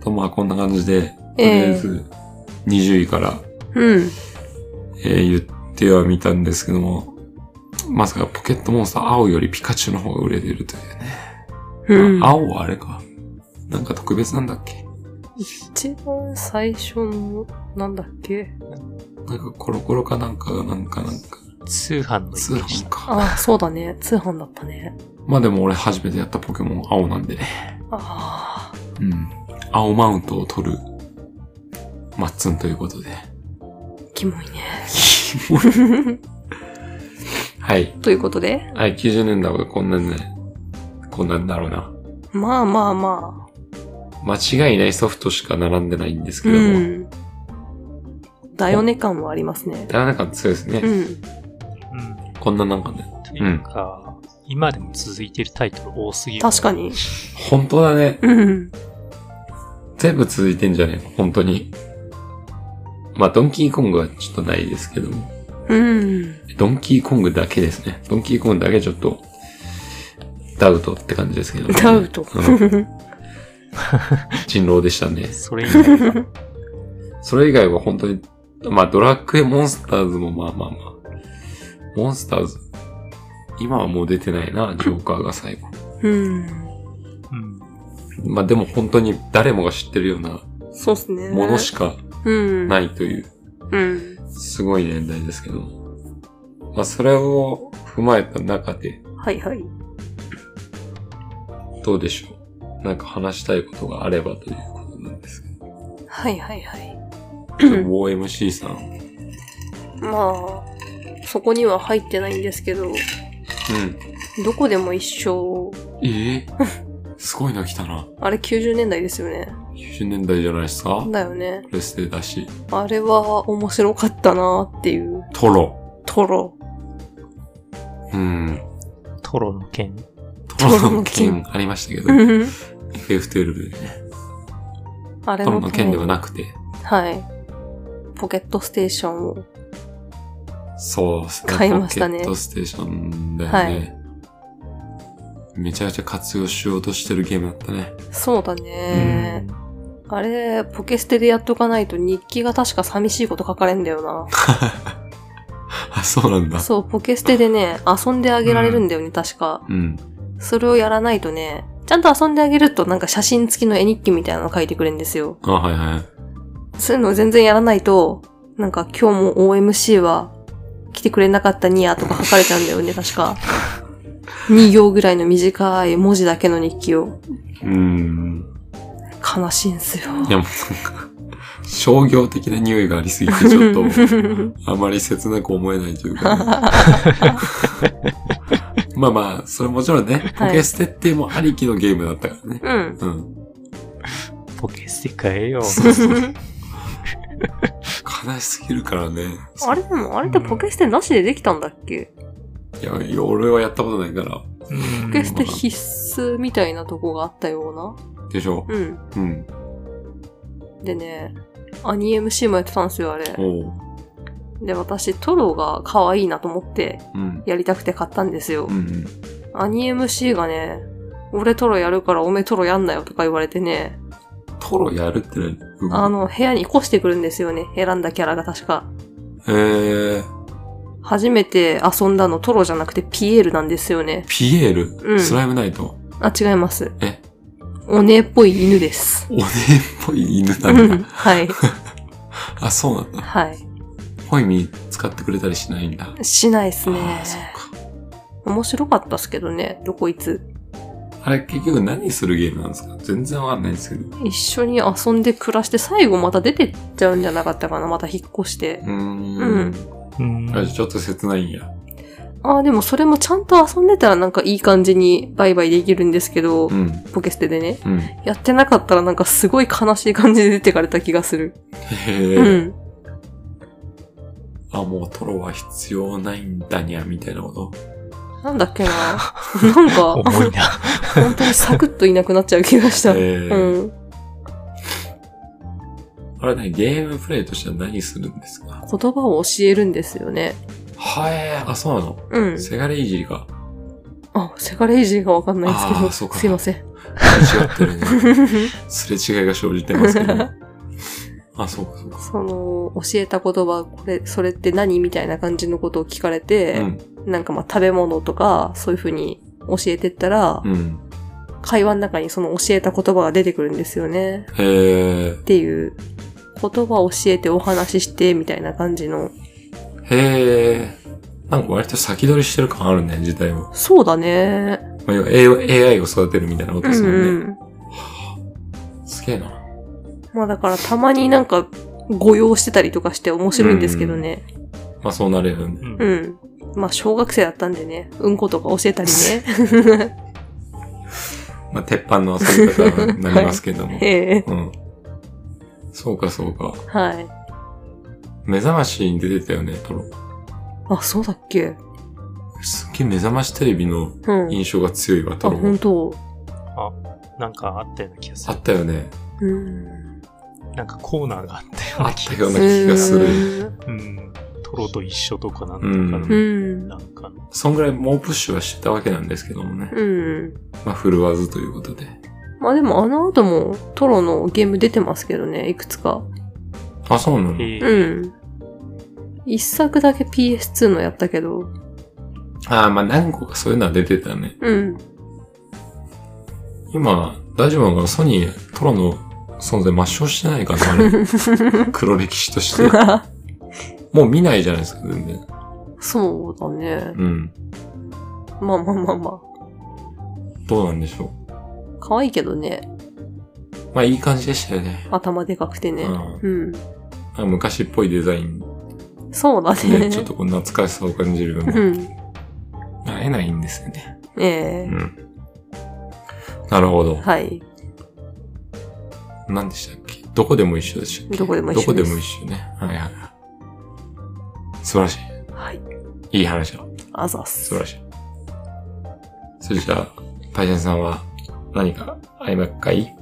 A: と、まあこんな感じで、とり
B: ええ
A: あえず、20位から、
B: うん。
A: えー言ってはみたんですけども、まさかポケットモンスター青よりピカチュウの方が売れてるというね。
B: うん。
A: あ青はあれか。なんか特別なんだっけ
B: 一番最初の、なんだっけ
A: なんかコロコロかなんかがなんかなんか、
C: 通販のイメ
A: 通
C: ージ
A: 販。か。
B: ああ、そうだね。通販だったね。
A: まあでも俺初めてやったポケモン青なんでね。
B: ああ、
A: うん。青マウントを取る、マッツンということで。
B: キモいね。
A: はい。
B: ということで、
A: はい、90年代はこんなんね、こんなんだろうな。
B: まあまあまあ。
A: 間違いないソフトしか並んでないんですけ
B: う
A: ども。
B: ん。だよね感はありますね。
A: だからなんか強いですね。
B: うん。
C: うん。
A: こんななんかね。
C: というか、今でも続いてるタイトル多すぎる。
B: 確かに。
A: 本当だね。
B: うん。
A: 全部続いてんじゃねえの本当に。まあ、ドンキーコングはちょっとないですけども。
B: うん。
A: ドンキーコングだけですね。ドンキーコングだけちょっと、ダウトって感じですけど、ね。
B: ダウト。
A: うん人狼でしたね。
C: それ以外は
A: それ以外は本当に、まあドラクエモンスターズもまあまあまあ。モンスターズ。今はもう出てないな、ジョーカーが最後。
B: うん。
C: うん。
A: まあでも本当に誰もが知ってるような
B: そうっすね。
A: ものしか
B: うん。。
A: ないいという、
B: うん。
A: すごい年代ですけど。まあそれを踏まえた中で、
B: はいはい。
A: どうでしょう。なんか話したいことがあればということなんですけど。
B: はいはいはい。
A: ちょっと OMC さん。うん。
B: まあ、そこには入ってないんですけど、どこでも一緒。
A: ええすごいの来たな。
B: あれ90年代ですよね。
A: 90年代じゃないですか
B: だよね。
A: プレステだし。
B: あれは面白かったなっていう。
A: トロ。
B: トロ。
A: うん。
C: トロの剣。
A: トロの剣ありましたけど、FF12 でね。
B: あれ
A: トロ
B: の
A: の剣では
B: な
A: なくて、
B: はい。ポケットステーションを。
A: そうですね。
B: 買いましたね
A: ポケットステーションだよ
B: は
A: ね。めちゃめちゃ活用しようとしてるゲームだったね。
B: そうだね。あれ、ポケステでやっとかないと日記が確か寂しいこと書かれんだよ
A: あ、そうなんだ
B: な。。そう、ポケステでね、遊んであげられるんだよね、確か。
A: うん。
B: それをやらないとね、ちゃんと遊んであげるとなんか写真付きの絵日記みたいなの書いてくれるんですよ。
A: あ、はいはい。
B: そういうのを全然やらないと、なんか今日も OMC は来てくれなかったニアとか書かれちゃうんだよね、確か。2行ぐらいの短い文字だけの日記を。
A: うん。
B: 悲しいんすよ。
A: いや、もうなんか、商業的な匂いがありすぎて、ちょ っと、あまり切なく思えないという か。まあまあ、それもちろんね、ポケステってもうありきのゲームだったからね。
B: うん。
A: うん。
C: ポケステ変えよう。
A: そうそうそう悲しすぎるからね。
B: あれでも、あれってポケステなしでできたんだっけ
A: いや、いや俺はやったことないから。
C: うん
B: ポケステ必須みたいなとこがあったよう
A: でしょ
B: な。うん。
A: うん。
B: でね、アニ MC もやってたんですよ、あれ。
A: おう。
B: で、私、トロが可愛いなと思って、
A: うん。
B: やりたくて買ったんですよ
A: うんう。ん。
B: アニ MC がね、俺トロやるからおめえトロやんなよとか言われてね、
A: トロやるって何うん
B: あの、部屋に越してくるんですよね、選んだキャラが確か。
A: えー、
B: 初めて遊んだのトロじゃなくてピエールなんですよね。
A: ピエール、
B: うん
A: スライムナイト。
B: あ、違います。
A: え
B: おねえっぽい犬です。
A: おねえっぽい犬
B: う
A: なん
B: ん
A: だ。
B: はい。
A: あ、そうなんだ。
B: はい。
A: ホイミ使ってくれたりしないんだ。
B: しないっす
A: あ
B: ね
A: ー。そっ
B: 面白かったっすけどね、どこいつ。
A: か。あれ結局何するゲームなんですか全然わかんないんですけど。う
B: 一緒に遊んで暮らして、最後また出てっちゃうんじゃなかったかな、また引っ越して。
A: ーん。
C: うん。
A: あちょっと切ないんや。
B: ああ、でもそれもちゃんと遊んでたらなんかいい感じにバイバイできるんですけど
A: う、ん。
B: ポケ捨てでね。
A: うん。
B: やってなかったらなんかすごい悲しい感じで出てかれた気がする。
A: へえ。
B: うん。
A: あ、もうトロは必要ないんだにゃ、みたいなこと。
B: なんだ っけななんか、
C: 重いな。
B: 本当にサクッといなくなっちゃう気がした。
A: え
B: う
A: ー
B: ん。
A: あれね、ゲームプレイとしては何するんですか
B: 言葉を教えるんですよね。
A: はえー、あ、そうなの、
B: うん。
A: セガレイジーが
B: あ、セガレイジーがわかんないんですけ
A: あーそう
B: ど。
A: か
B: すいません。
A: 間違ってるね。すれ違いが生じてますけど。 あ、そうかそうか。
B: その、教えた言葉、これ、それって何みたいな感じのことを聞かれて、
A: うん。
B: なんかまあ食べ物とか、そういう風に教えてったら、
A: うん。
B: 会話の中にその教えた言葉が出てくるんですよね。
A: へえ
B: っていう、言葉を教えてお話しして、みたいな感じ
A: ー。
B: の。
A: へえー。なんか割と先取りしてる感あるね、時代は。
B: そうだね。
A: まあ、要は A- AI を育てるみたいなこと
B: う
A: ですもんね。
B: んうん。
A: すげえな。
B: まあだからたまになんか、誤用してたりとかして面白いんですけどね。
A: まあそうなれるよね。
C: うん
B: うん。まあ小学生だったんでね、うんことか教えたり ね。
A: まあ鉄板の遊び方になりますけども。
B: ええ
A: うん。そうかそうか。
B: はい。
A: 目覚ましに出てたよね、トロ。
B: あ、そうだっけ
A: すっげえ目覚ましテレビの
B: うん。
A: 印象が強いわ、
B: あ、
A: トロ。
B: 本当
C: なんかあったような気がす
A: あ
C: る。
A: ったよね。
B: うん。
C: なんかコーナーがあったよう
A: あ
C: な
A: っ
C: 気
A: た
C: が
A: よう
C: す
A: な
C: る。
A: 気がする。
C: うん。トロと一緒とかなんとかの、
B: う。
A: うん
C: なんかの。
A: そんぐらい猛プッシュはしてたわけなんですけどもね。
B: うん。
A: まあ、振るわずということで。
B: まあでもあの後もトロのゲーム出てますけどね、いくつか。
A: あ、そうなの
C: え
B: う
C: ー
B: ん。一作だけ PS2 のやったけど。
A: ああ、まあ何個かそういうのは出てたね。
B: うん。
A: 今、大丈夫なのかなソニー、トロの存在抹消してないかなあれ黒歴史として。もう見ないじゃないですか、全然。
B: そうだね。
A: うん。
B: まあまあまあま
A: どうなんでしょ
B: あ。可愛いけどね。
A: う。まあいい感じでしたよね。
B: 頭でかくてね。
A: う
B: うん。
A: なんか昔っぽいデザイン
B: そうだ
A: で、
B: ね。
A: ちょっとこう懐かしさを感じるよう
B: う
A: な。
B: ん。
A: 会えないんですよね。
B: え
A: う
B: え
A: ん。なるほど。
B: はい。
A: 何でしたっけどこでも一緒でしたっけ
B: どこでも一緒です
A: どこでも一緒ね。はいはいはい。素晴らし
B: はい。
A: い。いい話だ。
B: あざっす
A: 素晴。らしい。それじゃあ、パイセンさんは何かありますかい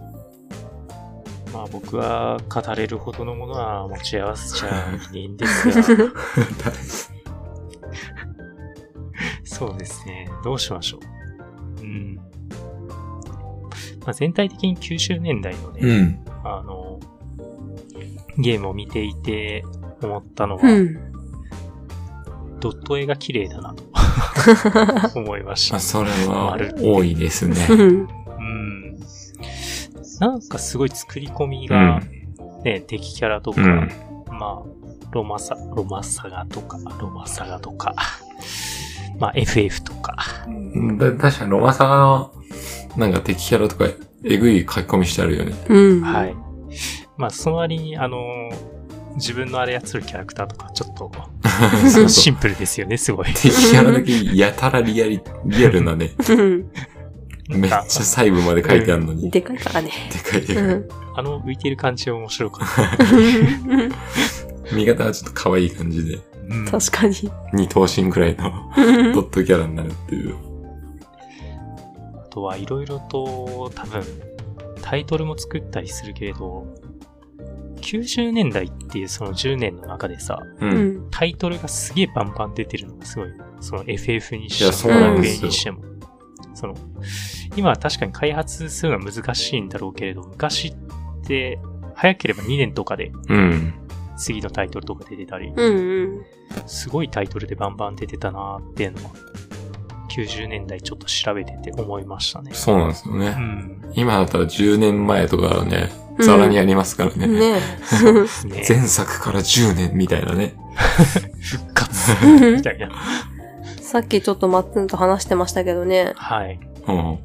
C: まあ僕は語れるほどのものは持ち合わせちゃいないんで すが、そうですね。どうしましょう。うん。まあ、全体的に90年代のね、
A: うん。
C: あの、ゲームを見ていて思ったのは、
B: うん。
C: ドット絵が綺麗だなと 思いまし
A: ま
C: た
A: あ、。それは
C: 丸
A: 多いですね。
B: うん。
C: うん。なんかすごい作り込み
A: う
C: が、
A: ん。
C: ね、敵キャラとか、
A: うん。
C: まあ、ロマサ、ロマサガとか、ロマサガとか、まあ FF とか、
A: だ確かにロマサガの、なんか敵キャラとか、えぐい書き込みしてあるよね。
B: うん。
C: はい。。まあ、その割に、あのー自分のあれやつるキャラクターとか、ちょっと、
A: そうそ
C: シ
A: う。
C: ンプルですよね、すごい。
A: 敵キャラだけやたらリアリ、リアルな ね、
B: うん。
A: めっちゃ細部まで書いてあるのに。で
B: でかいからね。
A: かいで
B: う
A: かい。
B: ん。
C: あの、浮いてる感じ面白かった。
A: 味方はちょっと可愛い感じで、
C: うん
B: 確かに。
A: 二頭身くらいのドットキャラになるっていう。
C: あとは、いろいろと、多分、タイトルも作ったりするけれど、90年代っていうその10年の中でさ、
A: う。
B: うんん。
C: タイトルがすげえバンバン出てるのがすごい。その FF にして
A: い
C: も、
A: やそう
B: なんで
A: よ
B: す
C: 学園にしても。その、今は確かに開発するのは難しいんだろうけれど、昔って、早ければ2年とかで
A: うん。
C: 次のタイトルとか出てたり、
B: うんうん。
C: すごいタイトルでバンバン出てたなーっていうのは、90年代ちょっと調べてて思いましたね。
A: そうなんですよ
C: う
A: ね。
C: ん。
A: 今だったら10年前とかね、ざらにありますからね。
B: ね
C: ですね。
A: 前作から10年みたいなね。
C: 復活
B: え
C: み。たいな。
B: さっきちょっとマッツンと話してましたけどね。
C: はい。
A: うん。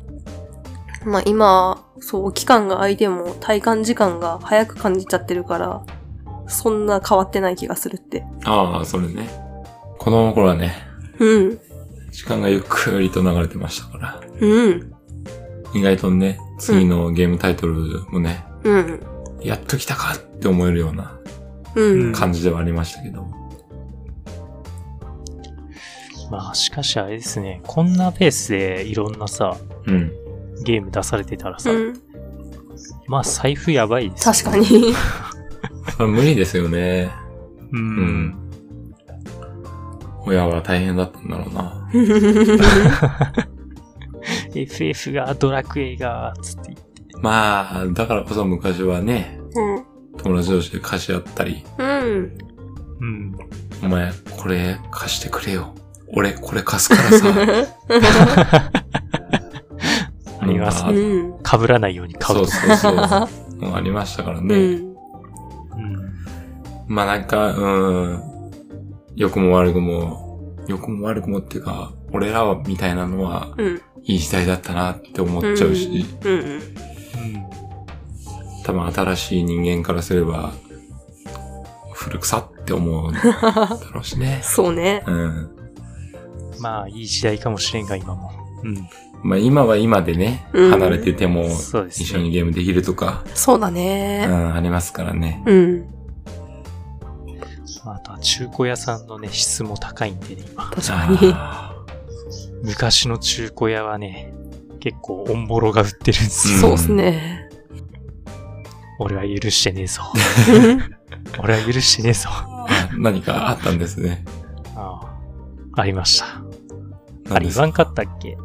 B: まあ今、そう、期間が空いても体感時間が早く感じちゃってるから、そんな変わってない気がするって。
A: ああ、それね。子供の頃はね、
B: うん。
A: 時間がゆっくりと流れてましたから。
B: うん。
A: 意外とね、次のゲームタイトルもね、
B: うん。
A: やっと来たかって思えるような
B: うん。
A: 感じではありましたけど。
C: まあ、しかしあれですね、こんなペースでいろんなさ、
A: うん。
C: ゲーム出されてたらさ、
B: うん。
C: まあ財布やばいです、
B: 確か。に。
A: それは無理ですよね。
C: う。
A: うんん。親は大変だったん だろうな。
C: FF が、ドラクエが、つって。
A: まあ、だからこそ昔はね、
B: うん。
A: 友達同士で貸し合ったり、
B: うん。
C: うん。
A: お前、これ貸してくれよ。俺、これ貸すからさ。
C: あります
A: う
C: ね。
B: うん。
C: 被らないように買
A: そうう
C: と。
A: そうそう。ありましたから
B: う
A: ね。
B: ん。
C: うん。
A: まあなんか、うん、良くも悪くも、良くも悪くもっていうか、俺らはみたいなのは、
B: うん。
A: いい時代だったなって思っちゃうし、
B: うん。
A: 多分新しい人間からすれば、古臭って思うだろうし ね。
B: そうね。
A: うん。
C: まあ、いい時代かもしれんが、今も。うん。
A: まあ今は今でね、
B: うん
A: 離れてても、
C: そうです
A: 一
C: ね。
A: 緒にゲームできるとか、
B: そうだ
A: う
B: ね。
A: ん、ありますからね。
B: うん。
C: まあ、あとは中古屋さんのね、質も高いんでね、今。
B: 確かに。
A: あ
C: 昔の中古屋はね、結構オンボロが売ってるんです
A: うん
C: よ。
B: そうっすね。
C: 俺は許してねえぞ。俺は許してねえぞ。あ
A: あ何かあったんですね。
C: あ、ありました。あ
A: 何
C: れ
A: です
C: 言わんかったっけ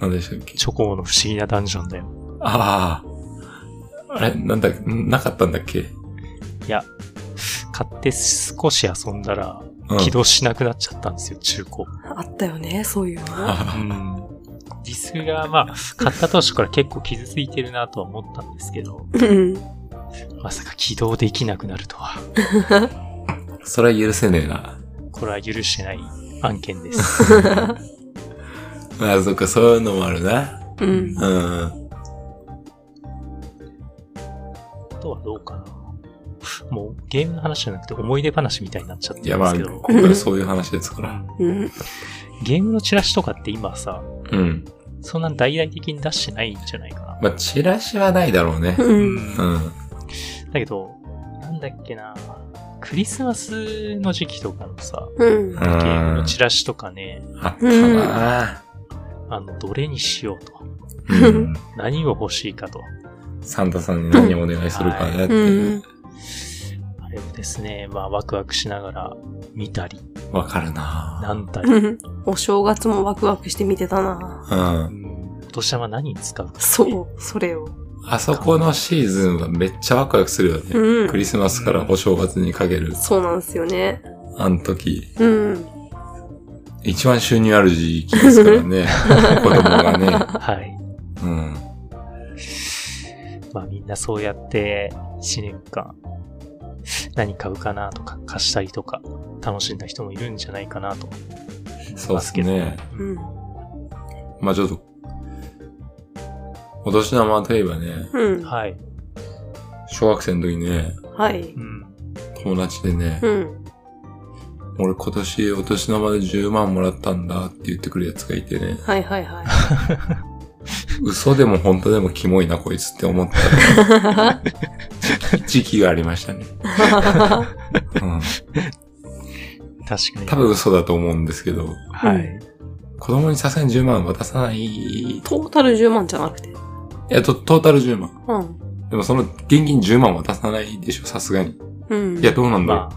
A: 何でしたっけ
C: チョコの不思議なダンジョンだよ。
A: ああ。あれ、なんだ、なかったんだっけ
C: いや、買って少し遊んだら
A: うん。
C: 起動しなくなっちゃったんですよ、中古。
B: あったよね、そういうの。
A: あ
C: うん。ディスが、まあ、買った当初から結構傷ついてるなとは思ったんですけど、
B: うん。
C: まさか起動できなくなるとは。
A: あそれは許せねえな。
C: これは許してない案件です。
A: ああ、そっか、そういうのもあるな。
B: うん。
A: うん。
C: あとはどうかな。もうゲームの話じゃなくて思い出話みたいになっちゃって
A: い
C: る
A: や、
C: んで
A: まあ、
C: すけ
A: こ
C: ど。
A: こからそういう話ですから。
B: うん。
C: ゲームのチラシとかって今さ、
A: うん。
C: そんな大々的に出してないんじゃないかな。
A: まあ、チラシはないだろうね。
B: う
C: う
B: ん。
C: ん
A: うん。
C: だけど、なんだっけな、クリスマスの時期とかのさ、
B: うん。
C: ゲームの
A: あ
C: チラシとかね、
A: ったな
C: あの、どれにしようと、
B: うん
A: うん。
C: 何を欲しいかと。
A: サンタさんに何をお願いするかねって
B: う
A: ね
B: ん。。
C: あれをですね、まあワクワクしながら見たり、
A: わかるな
C: なんたり、
B: う
C: うん
B: んお正月もワクワクして見てたな。
A: うん。
C: お年玉何に使うか、
B: そう、それを。
A: あそこのシーズンはめっちゃワクワクするよね。
B: うん
A: ク。リスマスからお正月にかける、
B: そうなんですよね。
A: あの時。
B: うん。
A: 一番収入ある時期ですから ね。子供がね。
C: はい。
A: うん。
C: まあみんなそうやって1年間何買うかなとか貸したりとか楽しんだ人もいるんじゃないかなと。
A: そうですね。
B: うん。
A: まあちょっと、お年玉といえばね、
B: うん。
C: はい。
A: 小学生の時ね、
B: はい。
C: うん。
A: 友達でね、
B: うん。
A: 俺今年お年玉で10万もらったんだって言ってくるやつがいてね、
B: はいはいはい。
A: 嘘でも本当でもキモいなこいつって思った 時期がありましたね。うん。
C: 確かに。
A: 多分嘘だと思うんですけど、
C: はい。
A: 子供にさすがに10万渡さない。い
B: トータル10万じゃなくて。
A: や、とトータル10万。
B: うん。
A: でもその現金10万渡さないでしょ、さすがに。
B: うん。
A: いや、どうなんだろう。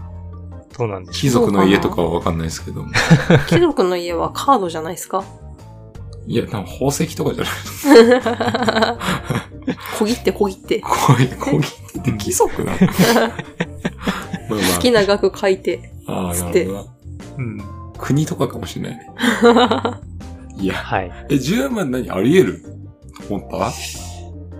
C: まあ、どうなんでし
A: 貴族の家とかはわかんないですけども。
B: 貴族の家はカードじゃないですか
A: いや、多分宝石とかじゃない。
B: 小切って小切って。
A: こういう、こう切って貴族なのまあまあ。
B: 好きな額書いて。
A: ああ、
B: つ
A: な
B: って
A: るほどな。
C: ょう。うん。
A: 国とかかもしれないね。いや、
C: はい。
A: え、10万何あり得ると思っ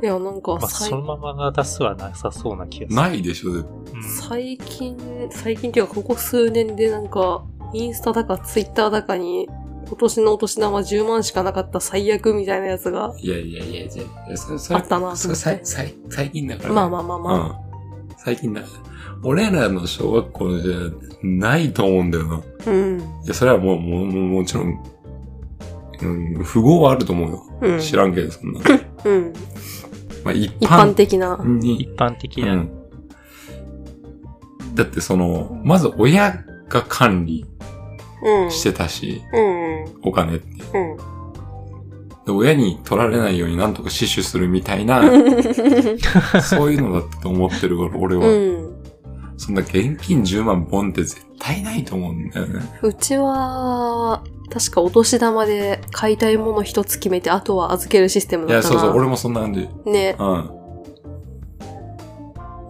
B: いや、なんか
C: まあ、
B: 最
C: そのまま出すはなさそうな気が
A: た
C: する。
A: ないでしょ、絶対
C: うん
B: 最近、最近っていうかここ数年でなんか、インスタだかツイッターだかに、今年のお年玉10万しかなかった最悪みたいなやつが、
A: いやいやいや、じゃあそれ、そ
B: あ
A: れ、
B: ったな
A: それ、さいさい最近だから、
B: まあまあまあま
A: うん。最近だ。俺らの小学校じゃないと思うんだよな。い
B: あ。うん。
A: や、それはもう、もう、もうもちろん、うん、不合はあると思うよ。
B: うん。
A: 知らんけど、そんな。
B: うん。
A: まあ、一
B: 一般
A: 般
B: 的な。
A: に
C: 一。般的
A: う
C: な。
A: んだってその、まず親が管理
B: うん。
A: してたし、
B: うん。
A: お金って。
B: うん。
A: で親に取られないようになんとか死守するみたいな、そういうのだったと思ってるから、俺
B: う
A: は。
B: ん。
A: そんな現金10万ボンって絶対ないと思うんだよね。
B: うちは、確かお年玉で買いたいもの一つ決めて、あとは預けるシステム
A: い
B: だ
A: や、
B: った
A: そ
B: な。
A: うそう、俺もそんな感じ。うん。
B: ね。
A: こ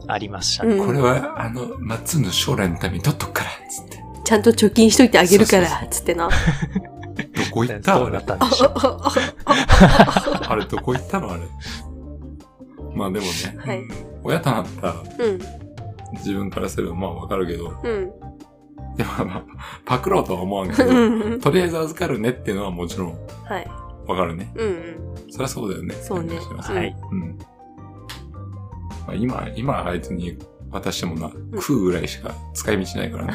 C: ありました
B: う
C: ね。
B: ん
A: れは、あの、松の将来のために取っとくから、つって。
B: ちゃんと貯金しといてあげるから、
A: そうそう
B: つってな。
A: どこ行った
C: ど
A: の
C: う
A: あ
C: だっ
A: れ
C: たんでしょう。
A: あれどこ行ったのあれ。まあでもね、
B: はい。
A: 親となった
B: うん。
A: 自分からすればまあわかるけど、
B: うん。
A: でもまあ、パクろうとは思わんけ
B: う
A: ど、
B: ん。
A: とりあえず預かるねっていうのはもちろん
B: はい。
A: わかるね。
B: うんうん。
A: そりゃそうだよね。
B: そう
A: 感
B: ね
A: じがします
C: はい。
A: うん。まあ、今、今あいつに渡してもな、
B: ん
A: 食うぐらいしか使い道ない からね。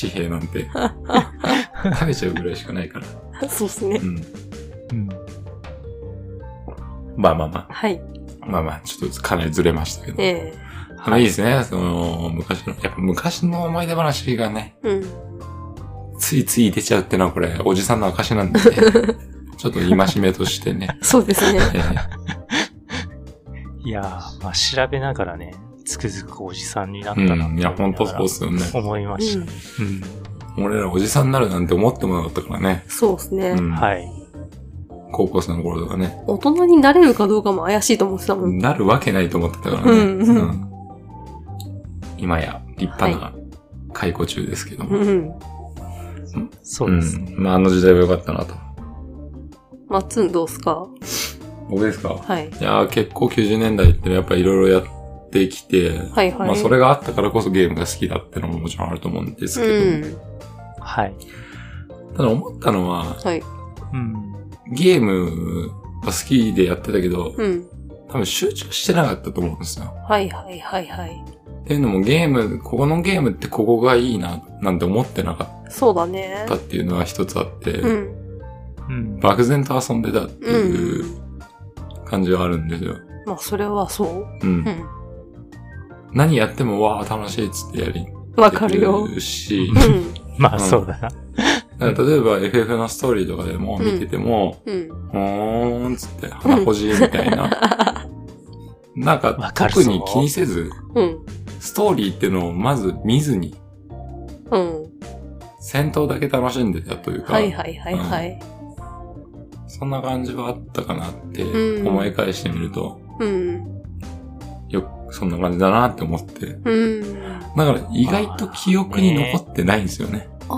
A: 紙幣なんて。食べちゃうぐらいしかないから。
B: そうっすね
A: う。ん。
C: うん
A: まあまあま
B: はい。
A: あ。まあまあ、ちょっとかなりずれましたけど。
B: え
A: でもいいですね。その、昔の、やっぱ昔の思い出話がね、
B: えうん。
A: ついつい出ちゃうってのはこれ、おじさんの証なんで ね。ちょっと戒めとしてね。
B: そうですね。
A: えー
C: いやー、まあ、調べながらね、つくづくおじさんになっ
A: う
C: たな。
A: ん。いや、ほんとそうっすよね。
C: 思いま
B: う
C: した
B: ん。。
C: うん。
A: 俺らおじさんになるなんて思ってもなかったからね。
B: そうですね、
A: うん。
C: はい。
A: 高校生の頃とかね。
B: 大人になれるかどうかも怪しいと思ってたもん。
A: なるわけないと思ってたからね。
B: うん
A: うん今や立派な解雇中ですけども。
B: うん。
C: そうですね。
A: ん。まあ、あの時代は良かったなと。
B: まっつんどうっすか
A: 僕ですか
B: はい。
A: いやー結構90年代ってのはやっぱいろいろやってきて、
B: はいはい。
A: まあそれがあったからこそゲームが好きだってのももちろんあると思うんですけど、
B: うん。
C: はい。
A: ただ思ったのは、
B: はい。
C: うん。
A: ゲームは好きでやってたけど、
B: うん。
A: 多分集中してなかったと思うんですよ。
B: はいはいはいはい。
A: っていうのもゲーム、ここのゲームってここがいいななんて思ってなかっ
B: そうだね
A: た。っていうのは一つあって、
B: うん。
C: うん。
A: 漠然と遊んでたって
B: う。
A: いうん感じはあるんですよ。
B: まあそれはそう。
A: うん。
B: うん。
A: 何やってもわー楽しいっつってやり、
B: わかるよ。
A: し、
B: うん。
C: ま
A: う
C: あ、
A: ん
C: そうだな。
A: だから例えば FF のストーリーとかでも見てても、
B: うん。
A: ほーんっつって鼻ほじりみたいな。 なん
C: わ
A: か
C: かるぞ
A: 特に気にせず、
B: うん。
A: ストーリーってのをまず見ずに、
B: うん。
A: 戦闘だけ楽しんでたというか、
B: はいはいはいはい。
A: そんな感じはあったかなって
B: うん
A: 思い返してみると、
B: うん。
A: よくそんな感じだなって思って。
B: うん。
A: だから意外と記憶に残ってないんですよね。
B: あ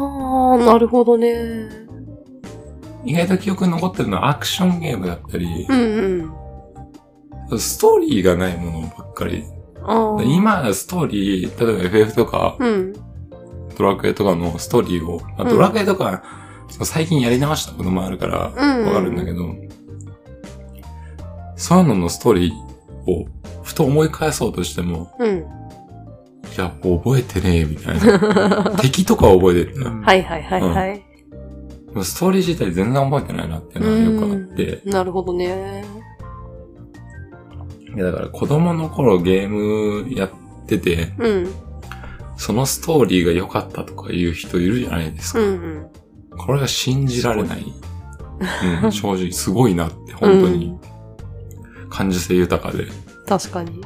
B: ー、なるほどね。
A: 意外と記憶に残ってるのはアクションゲームだったり
B: う、んうん。
A: ストーリーがないものばっかり。
B: あー。
A: 今、ストーリー、例えば FF とか、
B: うん。
A: ドラクエとかのストーリーを、まあ
B: うん
A: ドラクエとか、そう最近やり直したこともあるから、
B: うん
A: わかるんだけど、そういうののストーリーを、ふと思い返そうとしても、
B: うん。
A: いや、覚えてねえ、みたい な。敵とかは覚えてる
C: うん
B: はいはいはいはい。
A: でもストーリー自体全然覚えてないなっていうのはよくあって、
B: うんなるほどね。
A: いやだから子供の頃ゲームやってて、
B: うん。
A: そのストーリーが良かったとかいう人いるじゃないです
B: う
A: か。
B: んうん。
A: これが信じられない。うん、正直、すごいなって、本当に。感受性豊かで、
B: 確かに。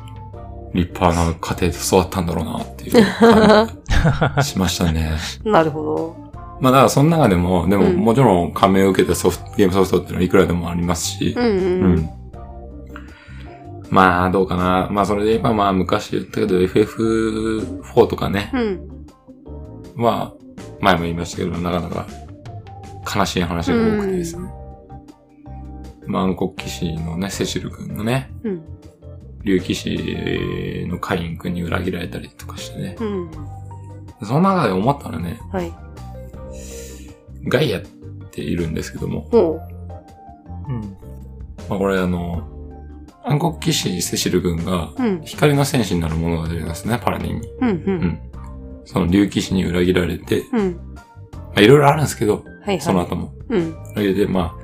A: 立派な家庭で育ったんだろうなっていう感じがしました ね。
B: なるほど。
A: まあだからその中でも、でも
B: うん
A: もちろん加盟を受けたソフト、ゲームソフトっていうのはいくらでもありますし
B: う、ん
A: う
B: うん。
A: ん。まあどうかな。まあそれで今まあ昔言ったけど FF4 とかね、
B: うん。
A: まあ前も言いましたけど、なかなか悲しい話が多くてですね。まあ暗黒騎士のね、セシル君のね、
B: うん。
A: 竜騎士のカイン君に裏切られたりとかしてね。
B: うん。
A: その中で思ったのね、
B: はい。
A: ガイアっているんですけども、
B: ほう。
C: うん。
A: まあこれあの、暗黒騎士セシル君が
B: うん。
A: 光の戦士になるものが出てますね、パラディンに。
B: うん
A: う
B: う。
A: んん。その竜騎士に裏切られて、
B: うん。
A: まあいろいろあるんですけど、
B: はいはい。
A: その後も。
B: うん。
A: それで、ま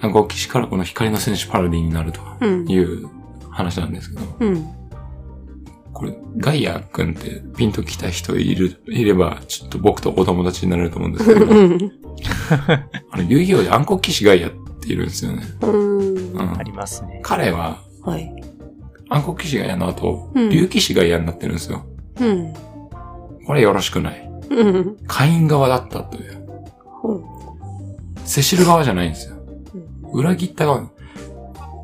A: あ、暗黒騎士からこの光の戦士パラディンになると
B: うん。
A: いう話なんですけど、
B: うん。
A: これ、ガイア君ってピンと来た人いる、いれば、ちょっと僕とお友達になれると思うんですけ ど、
B: うん。
A: あの、遊戯王で暗黒騎士ガイアっているんですよね。
B: うん
A: う。ん
C: あ。りますね。
A: 彼は、
B: はい。
A: 暗黒騎士ガイアの後、
B: うん
A: 竜騎士ガイアになってるんですよ。
B: うん。
A: これよろしくない。
B: うん。
A: 会員側だったという。
B: ほう。
A: セシル側じゃないんですよ。裏切った側。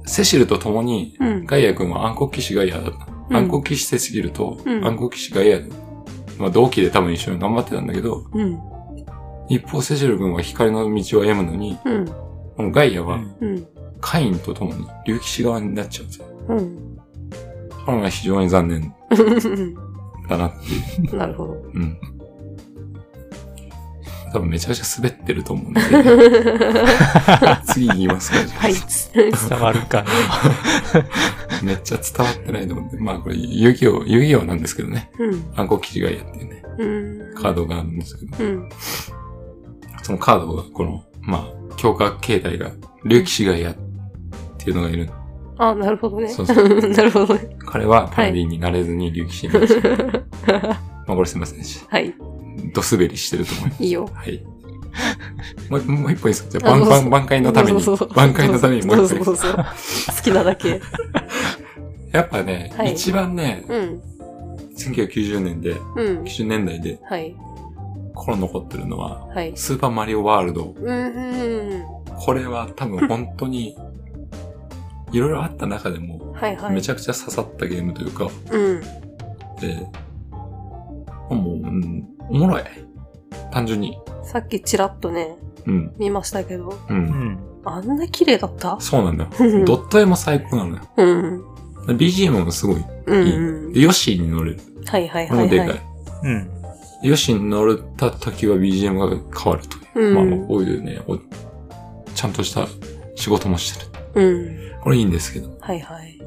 A: セシルと共に、
B: うん。
A: ガイア君は暗黒騎士ガイアだった。
B: うん
A: 暗黒騎士セシルと
B: うん
A: 暗黒騎士ガイア、まあ同期で多分一緒に頑張ってたんだけど、
B: うん。
A: 一方セシル君は光の道を歩むのに、
B: うん。
A: このガイア
C: う
A: は
C: ん。
B: うん。
A: カインと共に竜騎士側になっちゃうんですよ。
B: うん。
A: これは非常に残念だなっていう。
B: なるほど。
A: うん。多分めちゃめちゃ滑ってると 思うんで、次言いますか、じゃあ
B: はい。
C: 伝わるかな。
A: めっちゃ伝わってないと思うんで、まあこれ遊戯王、遊戯王なんですけどね。
B: うん。
A: 暗黒騎士ガイアっていうね、
B: うん。
A: カードがあるんですけど、
B: うん。
A: そのカードがこの、まあ、強化形態が、竜騎士ガイアっていうのがいる。
B: あ、なるほどね。
A: そうそ
B: なるほどね。
A: 彼はパラディンになれずに竜騎士になっちゃう。 まあこれすいませんでした。
B: はい。
A: ドスベリしてると思います。
B: いいよ。
A: はい。 もうもう一本いいですかじゃ
B: あ
A: あ、
B: どう
A: 挽挽
B: ぞ
A: 挽回のために
B: そうそうそ う、
A: 挽回のためにもう一
B: そ
A: 本
B: うそうそう。好きなだけ。
A: やっぱね、
B: はい
A: 一番ね、
B: うん。
A: 1990年で、
B: うん。
A: 90年代で
B: はい。
A: 心残ってるのは、
B: はい。
A: スーパーマリオワールド。
B: うんうん。
A: これは多分本当に、いろいろあった中でも、
B: はいはい。
A: めちゃくちゃ刺さったゲームというか、
B: うん。
A: で、もう、うん、おもろい。単純に。
B: さっきちらっとね、
A: うん、
B: 見ましたけど、
A: う。
C: うんん。
B: あんな綺麗だった
A: そう なんだよ。
B: うん
A: ドット絵も最高なのよ。
B: うん。
A: で BGM もすごい。
B: うんうん。
A: で、ヨッシーに乗れる。
B: はいはい
A: こ
B: は
A: れも
B: い
A: でか。
B: はいい。
C: うん。
A: ヨッシーに乗れた時は BGM が変わるという。
B: うん
A: まあまあ、こういうね、おちゃんとした仕事もしてる。
B: うん。
A: これいいんですけど。
B: はいはい。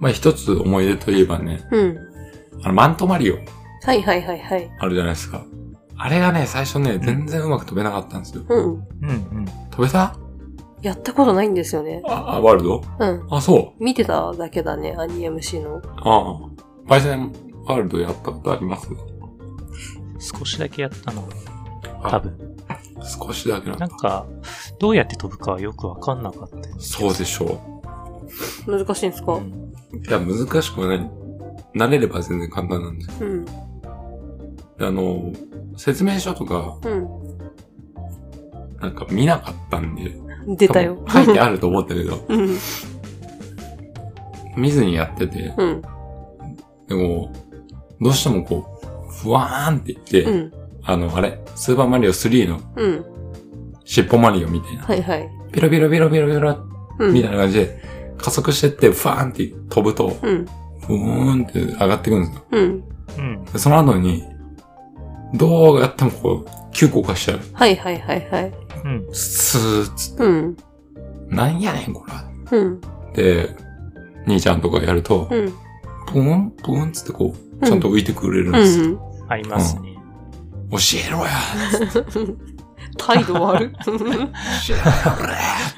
A: まあ一つ思い出といえばね、
B: うん。
A: あの、マントマリオ
B: はいはいはいはい。
A: あるじゃないですか。あれがね、最初ね、全然うまく飛べなかったんですよ。
B: うん。
C: うん。うん。
A: 飛べた
B: やったことないんですよね。
A: あ、あワールド
B: うん。
A: あ、そう。
B: 見てただけだね、アニ MC の。
A: ああ。バイセンワールドやったことあります
C: 少しだけやったの。
A: あ
C: 多分。
A: 少しだけ
C: な
A: なん
C: か、どうやって飛ぶかはよくわかんなかったよね。
A: そうでしょ
B: 難しいんですか
C: ん。
A: う。いや、難しくはない。慣れれば全然簡単なんですよ
B: うん。
A: であの、説明書とか、
B: う
A: なんか見なかったんで。
B: ん。出たよ
A: 多。分書いてあると思ったけど、
B: うん。
A: 見ずにやってて、
B: うん。
A: でも、どうしてもこう、ふわーんって言って、
B: うん。
A: あの、あれ、スーパーマリオ3の
B: うん。
A: 尻尾マリオみたいな、
B: はいはい。
A: ピロピロピロピロピロ
B: うん。
A: みたいな感じで、加速してって、ふわーんって飛ぶと、
B: うん。
A: ふーんって上がってくるんですよ。
B: うん。
C: うん。
A: でその後に、どうやってもこう、急降下しちゃう。
B: はいはいはいはい。
C: うん。
A: スーッつっ
B: うん。
A: て、なんやねんこら
B: うん。
A: って、兄ちゃんとかやると
B: う、ん。
A: プーン、プーンつってこ
B: う
A: う、
B: ん
A: ちゃんと浮いてくれるん
B: う
A: ですよ。
B: ん。
C: ありますね。
A: 教えろや
B: 態度悪。
A: 教えろや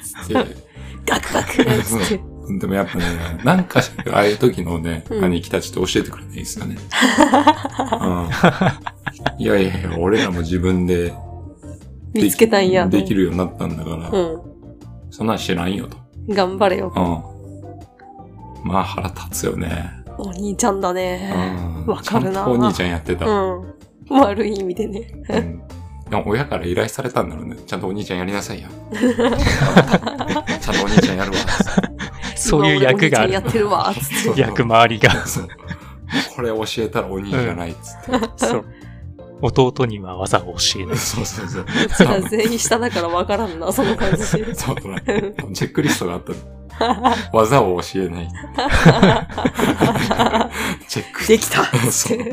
A: つって。
B: ガクガクつって。
A: でもやっぱね、なんかしああいう時のね、
B: うん
A: 兄貴たちって教えてくれないんですよ ね。うん、いやいやいや、俺らも自分ででき
B: 見つけたんや。
A: できるようになったんだから、
B: うん。
A: そんなん知らんよと。
B: 頑張れよ。
A: うん。まあ腹立つよね。
B: お兄ちゃんだ
A: う
B: ね。
A: ん。
B: わかるな
A: ちゃんとお兄ちゃんやってた。
B: うん。悪い意味でね。
A: うんでも親から依頼されたんだろうね。ちゃんとお兄ちゃんやりなさ いよ。ちゃんとお兄ちゃんやるわ。
C: そういう役があ
B: 今俺お兄ちゃんや
C: る。
B: ってるわ。つって
A: そうそう
C: 役回りが。
A: そう。これ教えたら鬼じゃないっつって。
C: そう。弟には技を教えない。
A: そうそうそう。
B: うちら全員下だからわからんな、その感じ。
A: そうだな。チェックリストがあったの。 技を教えない。チェック
B: できたつ
A: そ
B: って。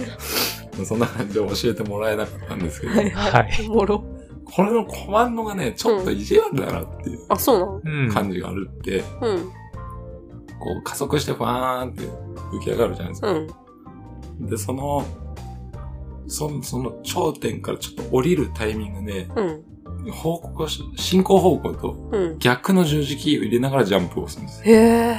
A: う。そんな感じで教えてもらえなかったんですけど、
B: はいはい。
C: は
B: おもろ。
A: これのコマンドがね、ちょっと意地悪だなっていう
B: あ、そうなの
C: うん。
A: 感じがあるって、
B: うん。
A: こう加速してファーンって浮き上がるじゃないですか。
B: うん。
A: で、その、その、その頂点からちょっと降りるタイミングで、
B: うん。
A: 方向し、進行方向と
B: うん。
A: 逆の十字キーを入れながらジャンプをするんですよ。
B: へえ。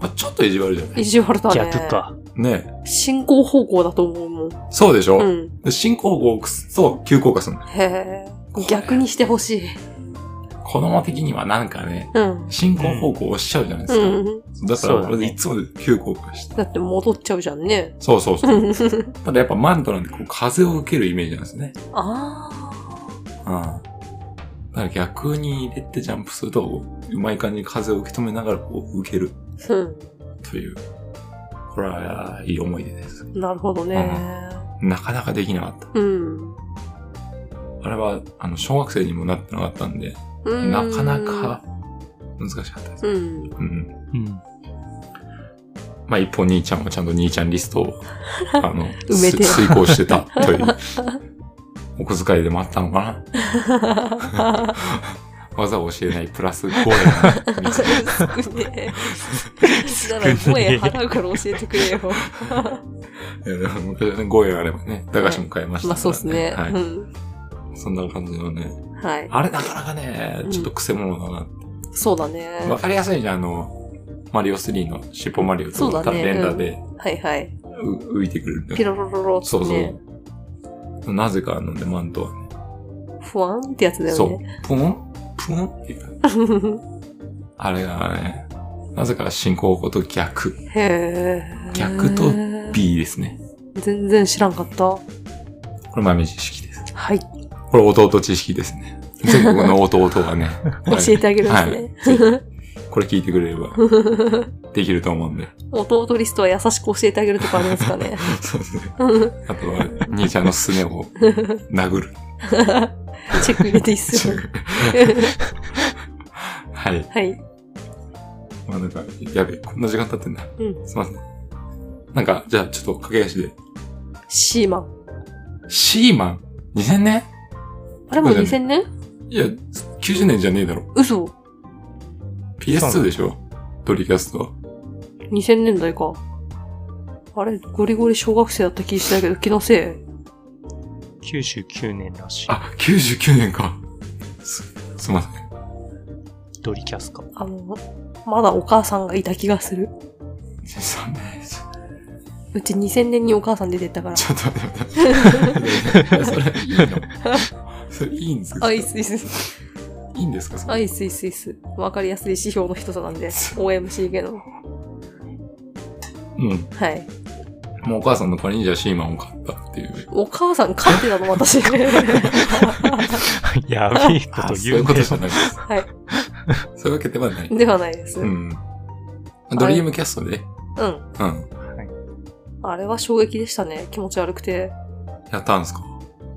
A: まあ、ちょっと意地悪じゃない
B: 意地悪だね。
C: 逆。か。
A: ね
B: 進行方向だと思うもん。
A: えそうでしょ、
B: うん。
A: で進行方向をくすと急降下するの。
B: へえ。逆にしてほしい。
A: 子供的にはなんかね、
B: うん。
A: 進行方向を押しちゃうじゃないで
B: う
A: すか。
B: ん。
A: だか
C: そ
A: ら
C: うだね
A: 俺いつも急降下して。
B: だって戻っちゃうじゃんね。
A: そうそうそう。
B: うん
A: ただやっぱマントなんてこう風を受けるイメージなんですね。
B: あ
A: うん。だから逆に入れてジャンプすると、うまい感じに風を受け止めながらこう受ける
B: あ。うん。
A: という。これはいい思い出です。
B: なるほどね。
A: なかなかできなかった。
B: うん。
A: あれは、あの、小学生にもなってなかったんで、
B: うん
A: なかなか。難しかったです。
B: うん。
A: うん。
C: うん。
A: まあ、一方兄ちゃんはちゃんと兄ちゃんリスト を、あの、
B: 埋めて
A: す遂行してたという、 お小遣いでもあったのか な 技を教えないプラス5円みたいな。
B: 少ねえ。うちなら5円払うから教えてく れよ。
A: いやでも昔はね5円あればね、駄菓子も買えました
B: ま
A: から
B: あそうですね。
A: は
B: うん。
A: い。そんな感じのね。
B: はい。
A: あれなかなかね、ちょっと癖者だな。
B: そうだね。
A: わ、かりやすいじゃん、あの、マリオ3の尻尾マリオ
B: そ
A: と
B: うだね
A: 連打で
B: はいはい。
A: う浮いてくるんだ
B: ピ
A: よ。
B: ロロロロって
A: そう
B: ね。
A: そう。なぜかあのね、マントはね。
B: 不安ってやつだ
A: そ
B: よ
A: う
B: ね。。
A: プンプンっていうあれがね、なぜか進行語と逆。
B: へえ。
A: 逆と B ですね。
B: 全然知らんかった。
A: これ豆知識です。
B: はい。
A: これ弟知識ですね。全国の弟が ね。
B: 教えてあげるん
A: はい。
B: ですね。
A: これ聞いてくれれ ばできると思うんで。
B: 弟リストは優しく教えてあげるとかありますかね。
A: そう ですね。
B: うん
A: あとは、兄ちゃんのすね を殴る。
B: チェック入れていいっすよ。
A: はい。
B: はい。
A: まあなんか、やべえ、こんな時間経ってんだ。
B: うん
A: すいません。なんか、じゃあちょっと駆け足で。
B: シーマン。
A: シーマン ?2000 年
B: あれもう2000年
A: いや、90年じゃねえだろ。
B: 嘘。
A: PS2 でしょドリキャストは。
B: 2000年代か。あれ、ゴリゴリ小学生だった気したけど、気のせい。
C: 99年らしい。
A: あ、99年か。す、すいません。
C: ドリキャスか。
B: あの、まだお母さんがいた気がする。
A: 2003年です。
B: うち2000年にお母さん出てったから。
A: ちょっと待 って待って。それいいのそれいいんですか
B: あ、いいっす、いいっす。
A: いいんですかそれ
B: あ、いいっす、いいっす、いいっす。わかりやすい指標の一つなんで、OMCG の。
A: うん。
B: はい。
A: もうお母さんの代わりにじゃあシーマンを買ったっていう。
B: お母さん飼ってたの、 私。
C: やべえこと
A: そうい
C: 言
A: うう
C: ね
A: ことじゃないです。
B: はい。
A: そういうわけではない。
B: ではないです。
A: う。ん。ドリームキャストで、
B: うん。
A: うん。
B: あれは衝撃でしたね。気持ち悪くて。
A: やったんですか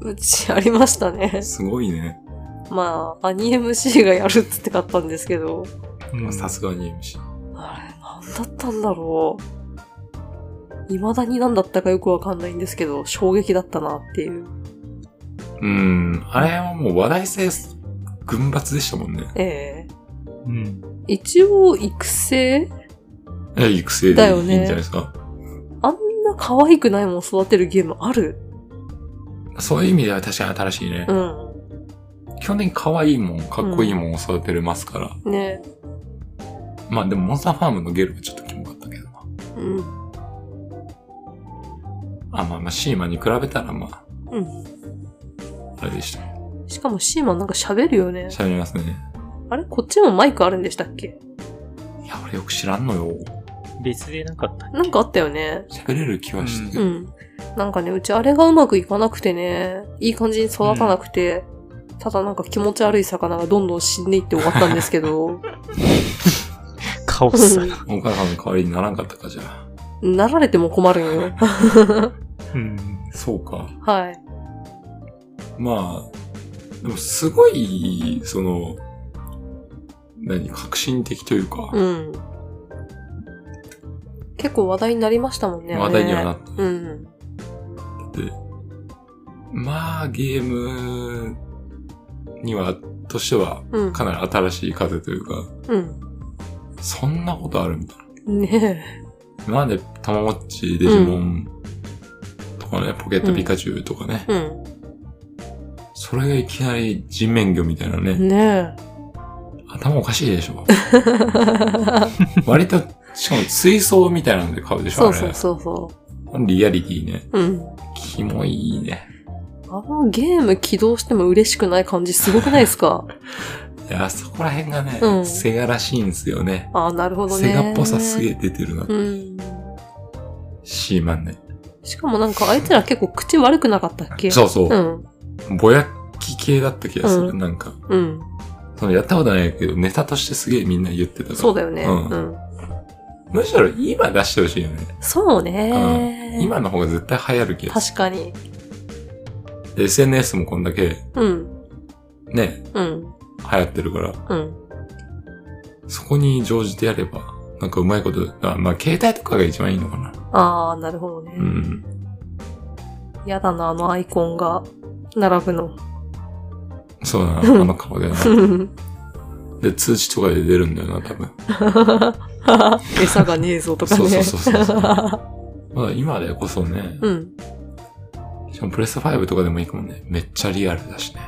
B: うちありましたね。
A: すごいね。
B: まあ、アニ MC がやるっつって買ったんですけど。
C: うん
A: さすがに MC。
B: あれ、なんだったんだろう。未だに何だったかよくわかんないんですけど、衝撃だったなっていう。
A: うん。あれはもう話題性、群抜でしたもんね。
B: ええ
C: うん。
B: 一応、育成
A: え、育成でいいんじゃないですか。
B: あんな可愛くないもん育てるゲームある
A: そういう意味では確かに新しいね。
B: うん。
A: 基本的に可愛いもん、かっこいいもんを育てれますから。
B: ね
A: まあでも、モンスターファームのゲルはちょっとキモかったけどな。
B: うん。
A: あ、まあまあ、シーマンに比べたらまあ、
B: うん。
A: あれでした。
B: しかもシーマンなんか喋るよね。
A: 喋りますね。
B: あれこっちにもマイクあるんでしたっけ
A: いや、俺よく知らんのよ。
C: 別でなかったっけ
B: なんかあったよね。
A: 喋れる気はして
B: う
A: る。
B: ん。なんかね、うちあれがうまくいかなくてね、いい感じに育たなくて、ただなんか気持ち悪い魚がどんどん死んでいって終わったんですけど、
C: カオ スだな。
A: お母さんの代わりにならんかったか、じゃあ。
B: なられても困るん よ。
C: うん。
A: そうか。
B: はい。
A: まあ、でもすごい、その、何、革新的というか、
B: うん。結構話題になりましたもんね。
A: 話題にはな
B: っ。
A: って
B: うん。
A: て、まあ、ゲームには、としては、
B: うん。
A: かなり新しい風というか、
B: うん。
A: そんなことあるみたいな。
B: ね
A: 今まで、たまごっち、デジモンとかね、ポケットピカチュウとかね、
B: え。
A: それがいきなり人面魚みたいなね、
B: うん。ね
A: 頭おかしいでしょ。
B: え。
A: 割と、しかも水槽みたいなんで買うでしょ、
B: そ
A: あ
B: う
A: れ。
B: そうそうそ
A: リアリティね。
B: う。うん。
A: キモいね。
B: あのゲーム起動しても嬉しくない感じすごくないですか
A: いや、そこら辺がね、
B: うん
A: セガらしいんすよね。
B: ああ、なるほどね。
A: セガっぽさすげえ出てるな。
B: うん。
A: シーマンね。
B: しかもなんかあいつら結構口悪くなかったっけ
A: そうそうう。
B: ん。
A: ぼやっき系だった気がする。
B: う
A: なんか、
B: うん。
A: そのやったことないけど、ネタとしてすげえみんな言ってたから。
B: そうだよね。
A: う
B: うんん。
A: むしろ今出してほしいよね。
B: そうね、
A: 今の方が絶対流行る気がす
B: 確かに。
A: る。で SNS もこんだけ、
B: うん。
A: ね、
B: うん。
A: 流行ってるから、
B: うん。
A: そこに乗じてやれば、なんかうまいこと、あまあ、携帯とかが一番いいのかな。
B: ああ、なるほどね。
A: うん。
B: やだな、あのアイコンが並 ぶの。
A: そうだな、あの顔でな。
B: うん
A: で、通知とかで出るんだよな、多分。
B: 餌がねえぞとかね。
A: そうそうそう そうまあ今でこそね、
B: うん。
A: しかもプレス5とかでもいいかもね、めっちゃリアルだしね。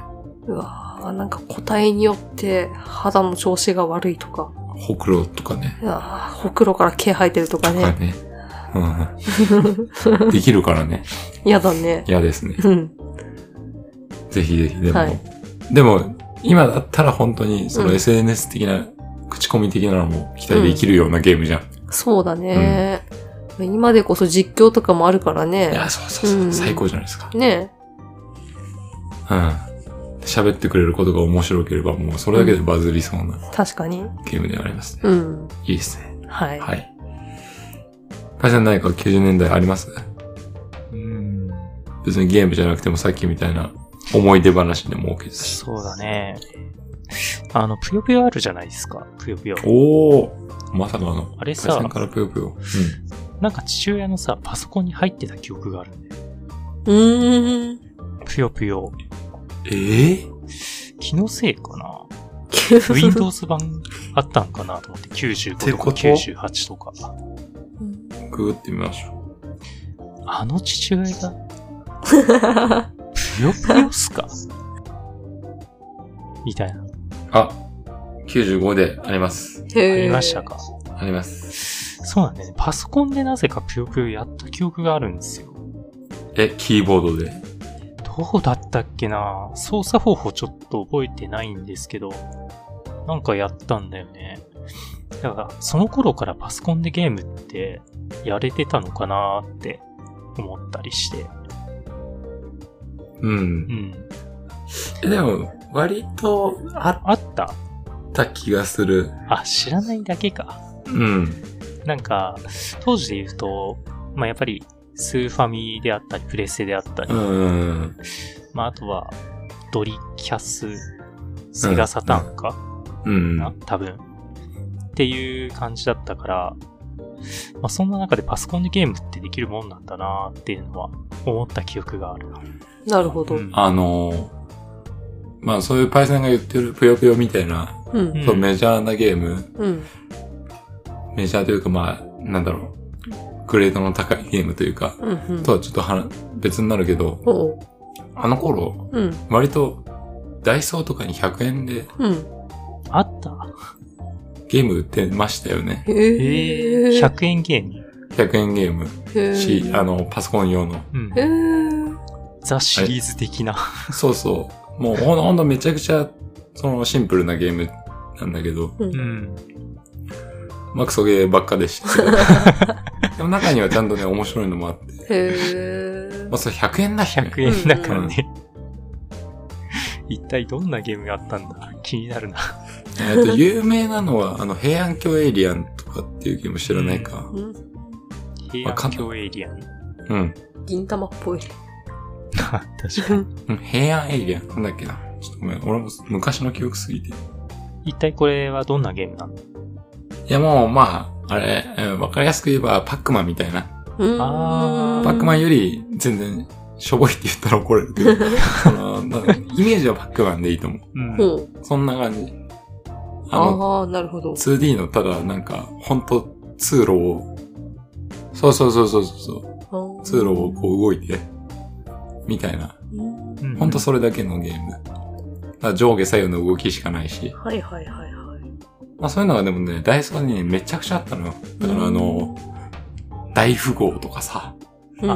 B: うわーなんか個体によって肌の調子が悪いとか。
A: ほくろとかね。
B: いやーほくろから毛生えてるとか
A: とか
B: ね。
A: ね。 うん。できるからね。
B: やだね。
A: 嫌ですね。
B: うん。
A: ぜひぜひ、でも。
B: はい
A: でも、今だったら本当に、その
B: うん
A: SNS 的な口コミ的なのも期待できるようなゲームじゃん。
B: そうだね。今でこそ実況とかもあるから
A: い
B: ね
A: や、。そうそうそう、
B: うん
A: 最高じゃないですか。
B: ね
A: うん。喋ってくれることが面白ければ、もうそれだけでバズりそうな
B: 確かに。
A: ゲームではありますね。
B: うん。
A: いいですね。
B: はい。
A: はい。会社の何か90年代あります
C: うん。
A: 別にゲームじゃなくてもさっきみたいな思い出話でも OK ですし。
C: そうだね。あの、ぷよぷよあるじゃないですか。ぷよぷよ。
A: おーまさかの。
C: あれさ
A: 会社からぷよぷよ。うん。
C: なんか父親のさ、パソコンに入ってた記憶があるんだよ。
B: うーん。
C: ぷよぷよ。
A: ええ
C: 気のせいか な ?Windows 版あったんかなと思って。95とか
A: って
C: 98とか。
A: ググってみましょ
C: あの父親が、ぷよぷよっす かみたいな。
A: う。あ、95であります。
C: あ
B: へー
C: りましたか。
A: あります。
C: そうなんだよね。パソコンでなぜかぷよぷよやった記憶があるんですよ。
A: え、キーボードで。
C: どうだったっけな操作方法ちょっと覚えてないんですけど、なんかやったんだよね。だから、その頃からパソコンでゲームってやれてたのかなって思ったりして。
A: う。
C: うんん。
A: え、でも、割とあ
C: あった
A: った気がする。
C: あ、知らないだけか。
A: うん。
C: なんか、当時で言うと、まあ、やっぱり、スーファミであったり、プレステであったり、
A: うん。
C: まあ、あとは、ドリキャス、セガサターンか、
A: うん。
C: な、多分。っていう感じだったから、まあ、そんな中でパソコンでゲームってできるもんなんだなっていうのは思った記憶があるな。
B: なるほど。
C: う
B: うん
C: ん、
A: あのーまあそういうパイセンが言ってるぷよぷよみたいな、
B: うん。
A: そうメジャーなゲーム、
B: うん。
A: メジャーというかまあ、なんだろう、グレードの高いゲームというか、
B: うん。うん
A: とはちょっとは別になるけど、
B: おう。
A: あの頃、
B: うん。
A: 割とダイソーとかに100円で
B: うん。
C: あった
A: ゲーム売ってましたよね。
B: へ
C: え
B: ー。
C: 100円ゲーム。
A: 100円ゲーム
B: へー
A: し、あの、パソコン用の。
C: うん
B: へ。ー。
C: ザシリーズ的な。
A: そうそう。もうほんとほんとめちゃくちゃ、そのシンプルなゲームなんだけど、
B: う。
C: うんん。
A: まあクソゲーばっかでしたけど。 でも中にはちゃんとね、面白いのもあって。
B: へー
A: まあ、。それ100円だし、
C: 100円だからね。 一体どんなゲームがあったんだ気になるな。
A: えっと、有名なのは、あの、平安京エイリアンとかっていうゲーム知らないか。
B: うん
C: 平安京エイリアン。
A: うん。
B: 銀玉っぽい。
C: 確かに。
A: うん平安エイリアン。なんだっけな。ちょっとごめん。俺も昔の記憶すぎて。い
C: 一体これはどんなゲームなの
A: や、もう、まあ、あれ、えーわかりやすく言えば、パックマンみたいな。
C: あー
A: パックマンより、全然、しょぼいって言ったら怒られる けど、その、なんかイメージはパックマンでいいと思
C: うん
B: ほう。
A: う。そんな感じ。あの、
B: ああ、なるほど。
A: 2D の、ただ、なんか、ほんと、通路を、そうそうそうそうそう、通路をこう動いて、みたいな。
B: うん。
C: うん
A: ほんとそれだけのゲーム。だから上下左右の動きしかないし。
B: はいはいはいはい。
A: まあそういうのがでもね、ダイソーにね、めちゃくちゃあったのよ。だからあの、大富豪とかさ。
B: あ。
C: あ
A: あ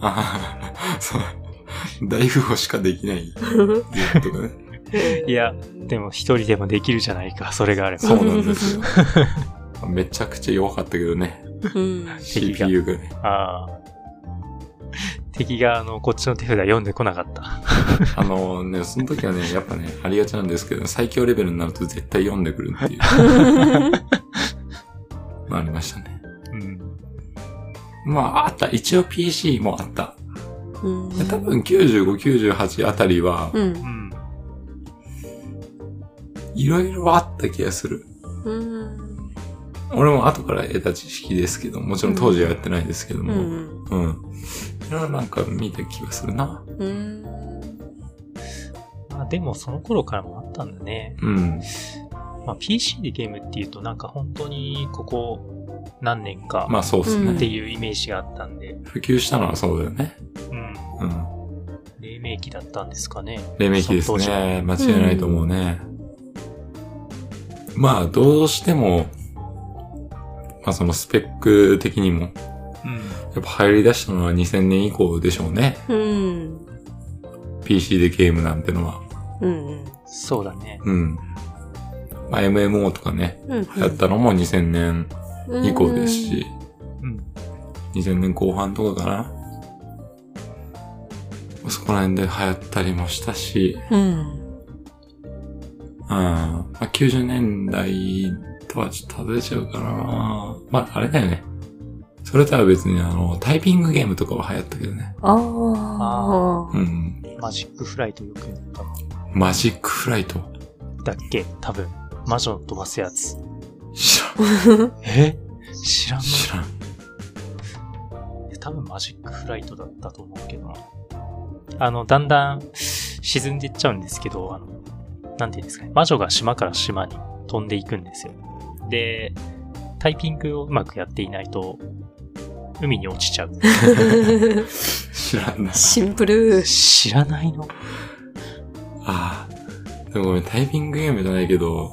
A: ははそう。大富豪しかできないゲームとかね。
C: あ。いや、でも一人でもできるじゃないか、それがあれば。
A: そうなんですよ。 めちゃくちゃ弱かったけどね。
B: うん。
C: 敵が
A: CPU がね。
C: ああ。敵が、あの、こっちの手札読んでこなかった。
A: あのね、その時はね、やっぱね、ありがちなんですけど、最強レベルになると絶対読んでくるっていう。まあありましたね。
C: うん。
A: まああった。一応 PC もあった。で多分95、98あたりは
B: う、。
C: うんん。
A: いろいろあった気がする。
B: うん。
A: 俺も後から得た知識ですけど、もちろん当時はやってないですけど
B: う
A: も、うん。
B: ん。
A: いろいろなんか見た気がするな。
B: うん。
C: まあでも、その頃からもあったんだね。
A: うん。
C: まあ、PC でゲームっていうと、なんか本当に、ここ何年か
A: まあそうですね、
C: っていうイメージがあったんで、
A: 普及したのはそうだよね。
C: うん。
A: うん。
C: 黎明期だったんですかね。
A: 黎明期です
C: その当時は
A: ね。間違いないと思うね。まあどうしても、まあそのスペック的にも、
C: うん。
A: やっぱ流行り出したのは2000年以降でしょうね。
B: うん。
A: PC でゲームなんてのは。
B: うん。
C: そうだね。
A: うん。まあ、MMO とかね、
B: うん
A: やったのも2000年
B: うん
A: 以降です。し、
C: うん。
A: 2000年後半とかかな。そこら辺で流行ったりもしたし、
B: うん。
A: うん。まあ、90年代とはちょっと外れちゃうかな。まあ、あれだよね。それとは別に、あの、タイピングゲームとかは流行ったけどね。
B: あ
C: あ
B: あ。
A: うん。
C: マジックフライトよく言ったな
A: マジックフライト。
C: だっけ多分。魔女の飛ばすやつ。
A: 知ら
C: え知ら
A: ん。
C: ん
A: 知らん。
C: の多分マジックフライトだったと思うけどな。あの、だんだん沈んでいっちゃうんですけど、あの、なんていうんですかね。魔女が島から島に飛んでいくんですよ。で、タイピングをうまくやっていないと、海に落ちちゃう。
A: 知らんな。
B: シンプル。
C: 知らないの
A: ああ。でもごめん、タイピングゲームじゃないけど、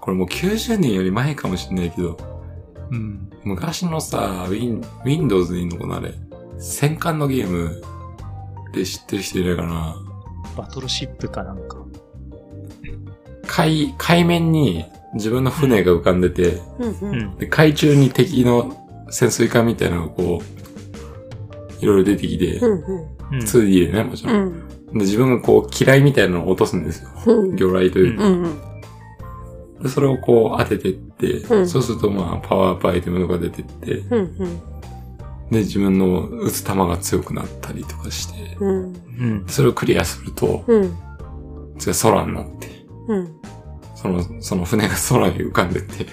A: これもう90年より前かもしんないけど、
C: うん。
A: 昔のさ、Win- Windows でいいのかなあれ。戦艦のゲームで知ってる人いないかな
C: バトルシップかなんか。
A: 海、海面に自分の船が浮かんでて、
B: うんう。
C: うんん。
A: で海中に敵の潜水艦みたいなのがこう、いろいろ出てきて、
B: うんうん。
C: うん
A: 2D でね、もちろ。
B: うんん
A: で、自分がこう、機雷みたいなのを落とすんですよ。
B: うん。
A: 魚雷というか
B: うん
A: で、それをこう当ててって、
B: うん
A: そうするとまあパワーアップアイテムとか出てって、で、
B: うん
A: 自分の打つ球が強くなったりとかして、
B: うん
C: うん。
A: それをクリアすると、
B: うん
A: 次は空になって、
B: うん
A: その、その船が空に浮かんで って、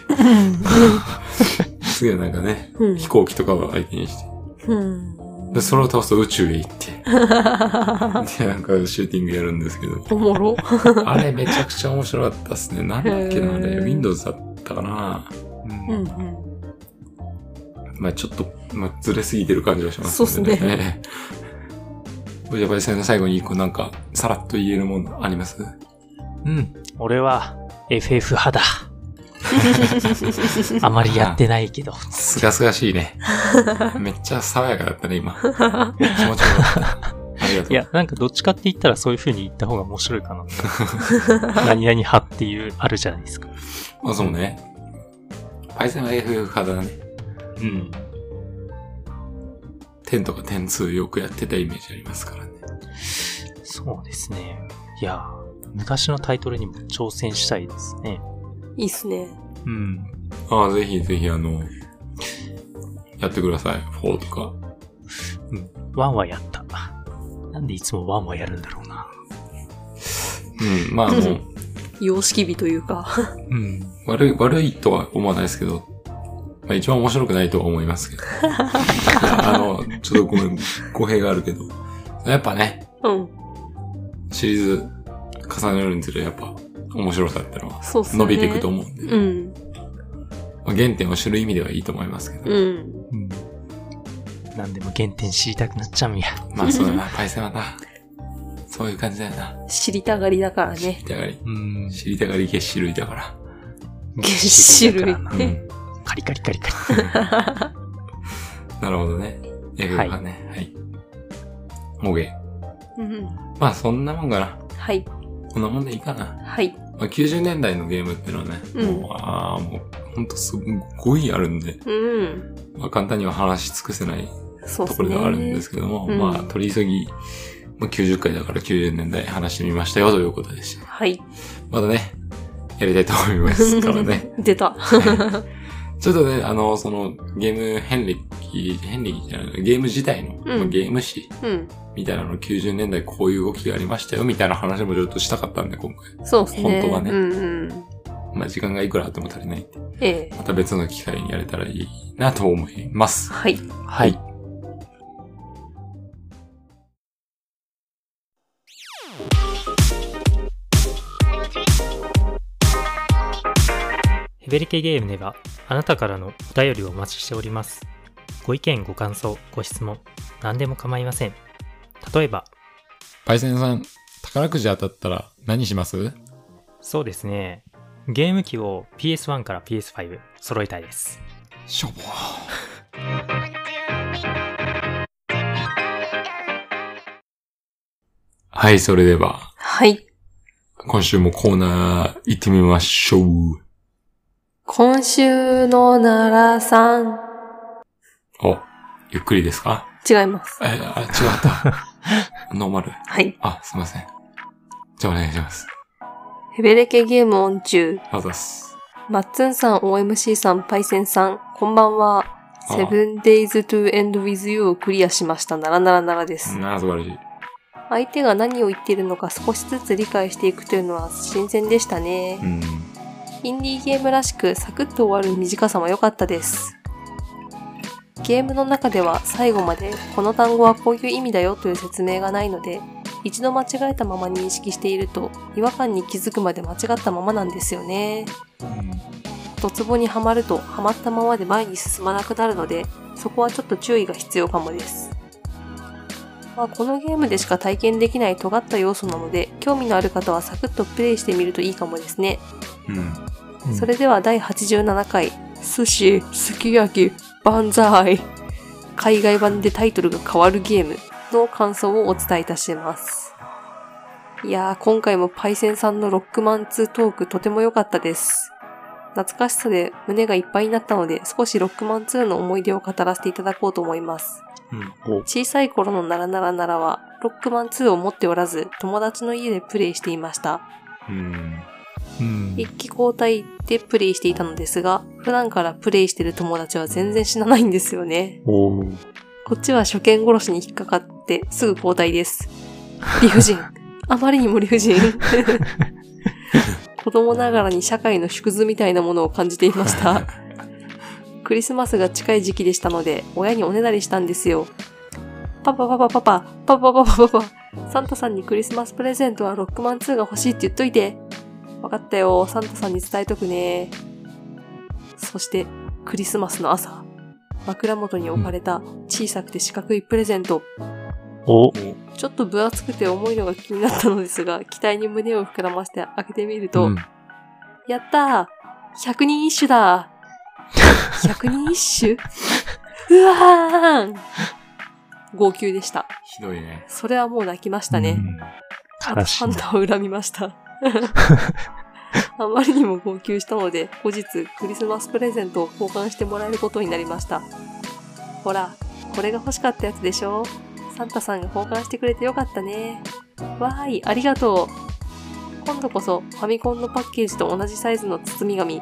A: 次はなんかね、
B: うん
A: 飛行機とかを相手にして、
B: うん
A: で、それを倒すと宇宙へ行って、
B: うん
A: で、なんかシューティングやるんですけ ど、
B: おもろ
A: あれめちゃくちゃ面白かったっすね。なんだっけな、あ
B: へ
A: れ、
B: ー
A: Windows だったかな。
C: う。
B: うんん
A: まあちょっと、まあずれすぎてる感じがします
B: そうっす
A: ね。 おじゃばりさんの最後に一個なんか、さらっと言えるものあります
C: うん。俺は FF 派だ。あまりやってないけど。
A: すがすがしいね。 めっちゃ爽やかだったね、今。気持ちよか った。ありがとう。
C: いや、なんかどっちかって言ったらそういう風に言った方が面白い かな。何々派っていうあるじゃないですか。
A: あ、そうね。パイセンは FF 派だね。
C: うん。
A: 10とか1 2よくやってたイメージありますからね。
C: そうですね。いや、昔のタイトルにも挑戦したいですね。
B: いいっすね
C: うん。
A: ああ、ぜひぜひ、あの、やってください。4とか。
C: ワンはやった。なんでいつもワンはやるんだろうな。
A: うん、まあ、あの、
B: 様式美というか
C: うん。
A: 悪い、悪いとは思わないですけど、まあ一番面白くないとは思いますけ ど。いやあの、ちょっとごめん、語弊があるけど。やっぱね、
B: うん
A: シリーズ重ねるにつれやっぱ面白さってのは
B: そうっすね
A: 伸びていくと思うんで、
B: うん
A: まあ原点を知る意味ではいいと思いますけど。
B: うん
C: うん。なんでも原点知りたくなっちゃうんや。
A: まあそうだな、パイセンはな、そういう感じだよな。
B: 知りたがりだから
A: 知り
B: ね
A: たがり。
C: うん
A: 知りたがり月種類だから。
B: げっしりだ からな
A: う
B: え
A: ん。
C: カリカリカリカリ。
A: なるほどね。エグがね、はい。もげ。
B: うん
A: まあそんなもんかな。
B: はい
A: こんなもんでいいかな。
B: はい
A: まあ、90年代のゲームってのはね、
B: うん
A: もう、ああ、もう、ほんとすごいあるんで、
B: うん
A: まあ、簡単には話し尽くせない
B: そう
A: と
B: っす
A: ころではあるんですけども、
B: うん
A: まあ、取り急ぎ、まあ、90回だから90年代話してみましたよということでした。
B: はい
A: またね、やりたいと思います からね。
B: 出た
A: ちょっとね、あの、その、ゲーム遍歴、遍歴じゃない、ゲーム自体の、
B: うん
A: まあゲーム史
B: うん
A: みたいなの90年代こういう動きがありましたよみたいな話もちょっとしたかったんで、今回。
B: そうっすね
A: 本当はね
B: うんうん
A: まあ、時間がいくらあっても足りないんで、
B: ええ
A: また別の機会にやれたらいいなと思います。
B: はい
A: はい。
C: ヘベリケゲームではあなたからのお便りをお待ちしております。ご意見、ご感想、ご質問、何でも構いません。例えば、
A: パイセンさん、宝くじ当たったら何します
C: そうですね、ゲーム機を PS1 から PS5 揃えたいです。
A: しょぼはい、それでは、
B: はい
A: 今週もコーナー行ってみましょう。
B: 今週の奈良さん。
A: お、ゆっくりですか
B: 違います。
A: え、あ、違った。 ノーマル。
B: はい。
A: あ、すいません。じゃあお願いします。
B: ヘベレケゲームオン中。
A: あざっす。
B: マッツンさん、OMC さん、パイセンさん、こんばんは。
A: あ
B: セブンデイズトゥエンドウィズユーをクリアしました。ならならならです。
A: なあ、素晴らしい。
B: 相手が何を言っているのか少しずつ理解していくというのは新鮮でしたね。
A: うん。
B: インディーゲームらしくサクッと終わる短さも良かったです。ゲームの中では最後までこの単語はこういう意味だよという説明がないので、一度間違えたまま認識していると違和感に気づくまで間違ったままなんですよね。ドツボにはまるとはまったままで前に進まなくなるので、そこはちょっと注意が必要かもです。まあ、このゲームでしか体験できない尖った要素なので、興味のある方はサクッとプレイしてみるといいかもですね。
A: うん。
C: うん
B: それでは第87回「寿司すき焼き万歳」海外版でタイトルが変わるゲームの感想をお伝えいたしますいやー今回もパイセンさんのロックマン2トークとても良かったです懐かしさで胸がいっぱいになったので少しロックマン2の思い出を語らせていただこうと思います
C: うん、お
B: 小さい頃のならならならはロックマン2を持っておらず友達の家でプレイしていました
A: うん。
C: うん
B: 一気交代でプレイしていたのですが、普段からプレイしてる友達は全然死なないんですよね。
C: おう
B: こっちは初見殺しに引っかかってすぐ交代です。理不尽。あまりにも理不尽。子供ながらに社会の縮図みたいなものを感じていました。クリスマスが近い時期でしたので、親におねだりしたんですよ。パパパパパパ、パパパパパパ、サンタさんにクリスマスプレゼントはロックマン2が欲しいって言っといて。わかったよ、サンタさんに伝えとくね。そして、クリスマスの朝、枕元に置かれた小さくて四角いプレゼント。
C: お
B: ちょっと分厚くて重いのが気になったのですが、期 待に胸を膨らまして開けてみると、
A: うん
B: やったー !100 人一首だ !100 人一首うわーん号泣でした。
A: ひどいね。
B: それはもう泣きました
C: う
B: ね。
C: ん
B: あと
C: 悲しい
B: サン
C: な
B: タを恨みました。あまりにも号泣したので、後日クリスマスプレゼントを交換してもらえることになりました。ほら、これが欲しかったやつでしょサンタさんが交換してくれてよかったね。わーい、ありがとう。今度こそファミコンのパッケージと同じサイズの包み紙。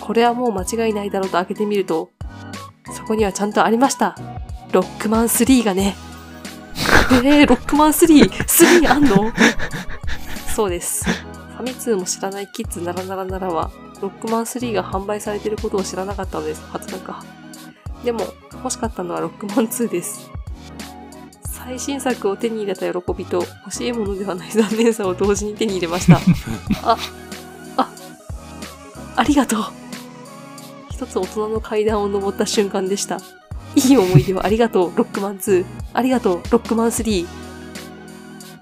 B: これはもう間違いないだろうと開けてみると、そこにはちゃんとありました。ロックマン3がね。えー、ロックマン 3?3 3あんのそうです。ファミ通も知らないキッズならならならは、ロックマン3が販売されていることを知らなかったのです。初だか。でも、欲しかったのはロックマン2です。最新作を手に入れた喜びと、欲しいものではない残念さを同時に手に入れました。あ、あ、ありがとう。一つ大人の階段を登った瞬間でした。いい思い出をありがとう、ロックマン2。ありがとう、ロックマン3。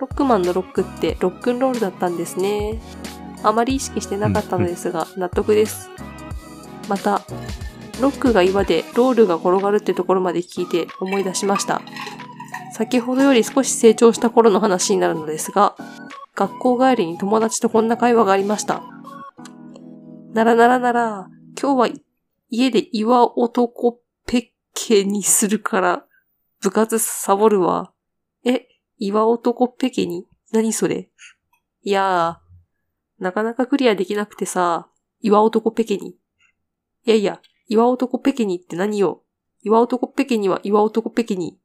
B: ロックマンのロックってロックンロールだったんですね。あまり意識してなかったのですが、納得です。また、ロックが岩でロールが転がるってところまで聞いて思い出しました。先ほどより少し成長した頃の話になるのですが、学校帰りに友達とこんな会話がありました。ならならなら、今日は家で岩男ペッケにするから、部活サボるわ。え、岩男ペケに何それいやー、なかなかクリアできなくてさ、岩男ペケに。いやいや、岩男ペケにって何よ。岩男ペケには岩男ペケに。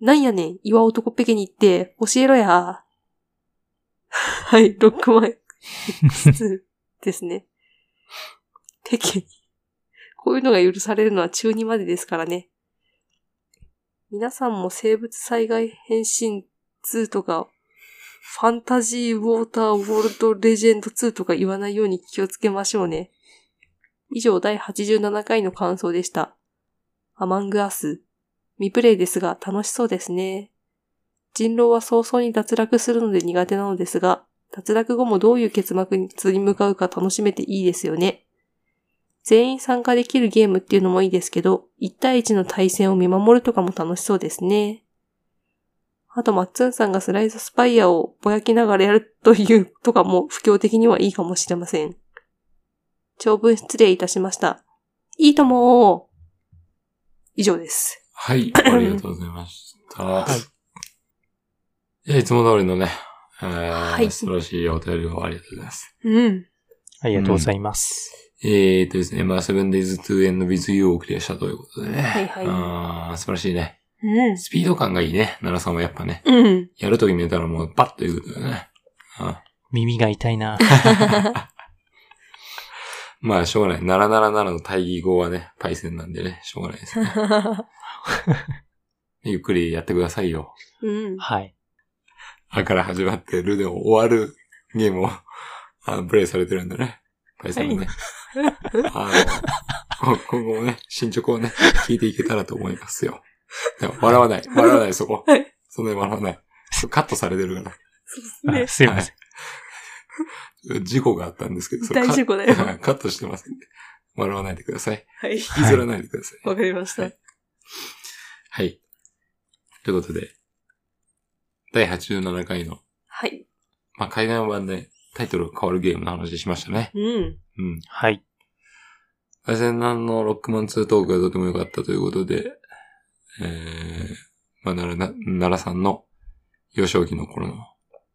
B: なんやねん、岩男ペケにって教えろや。はい、6枚。X2 ですね。ペケに。こういうのが許されるのは中2までですからね。皆さんも生物災害変身2とか、ファンタジーウォーターウォールドレジェンド2とか言わないように気をつけましょうね。以上第87回の感想でした。アマングアス。未プレイですが楽しそうですね。人狼は早々に脱落するので苦手なのですが、脱落後もどういう結末に向かうか楽しめていいですよね。全員参加できるゲームっていうのもいいですけど、1対1の対戦を見守るとかも楽しそうですね。あと、マッツンさんがスライドスパイアをぼやきながらやるというとかも不況的にはいいかもしれません。長文失礼いたしました。いいともー以上です。
A: はい、ありがとうございました。はい。いや、いつも通りのね、えー
B: はい
A: 素晴らしいお便りをありがとうございます。
B: うん。
C: ありがとうございます。
A: えーとですね、まあ、7 days to end with you をクリアしたということでね。
B: はいはい
A: あー素晴らしいね。
B: うん。
A: スピード感がいいね。奈良さんはやっぱね。
B: うん。
A: やるときに寝たらもうパッということだよね。うん
C: 耳が痛い な。
A: まあ、しょうがない。ならならならの対義語はね、パイセンなんでね、しょうがないです ね。ゆっくりやってくださいよ。
B: うん。
C: はい。
A: あから始まって、るで終わるゲームを、あプレイされてるんだね。パイセンはね。あの、こ今後もね、進捗をね、聞いていけたらと思いますよ。でも笑わない。笑わない、そこ。
B: はい
A: そんなに笑わない。カットされてるか
B: そうで
C: あ
B: す
C: すいません。
A: ら。事故があったんですけど、そ
B: ね。
A: れ
B: 大
A: カ
B: 事故だよ。
A: はい カットしてますんで。笑わないでください。
B: はい。
A: 引きずらないでください。
B: わかりました。
A: はいはい。ということで、第87回の、
B: はい。
A: まあ、海外版でタイトル変わるゲームの話しましたね。
B: うん。
A: うん。
C: はい。
A: 大戦南のロックマン2トークがとても良かったということで、えー、まあ、奈良な、奈良さんの幼少期の頃の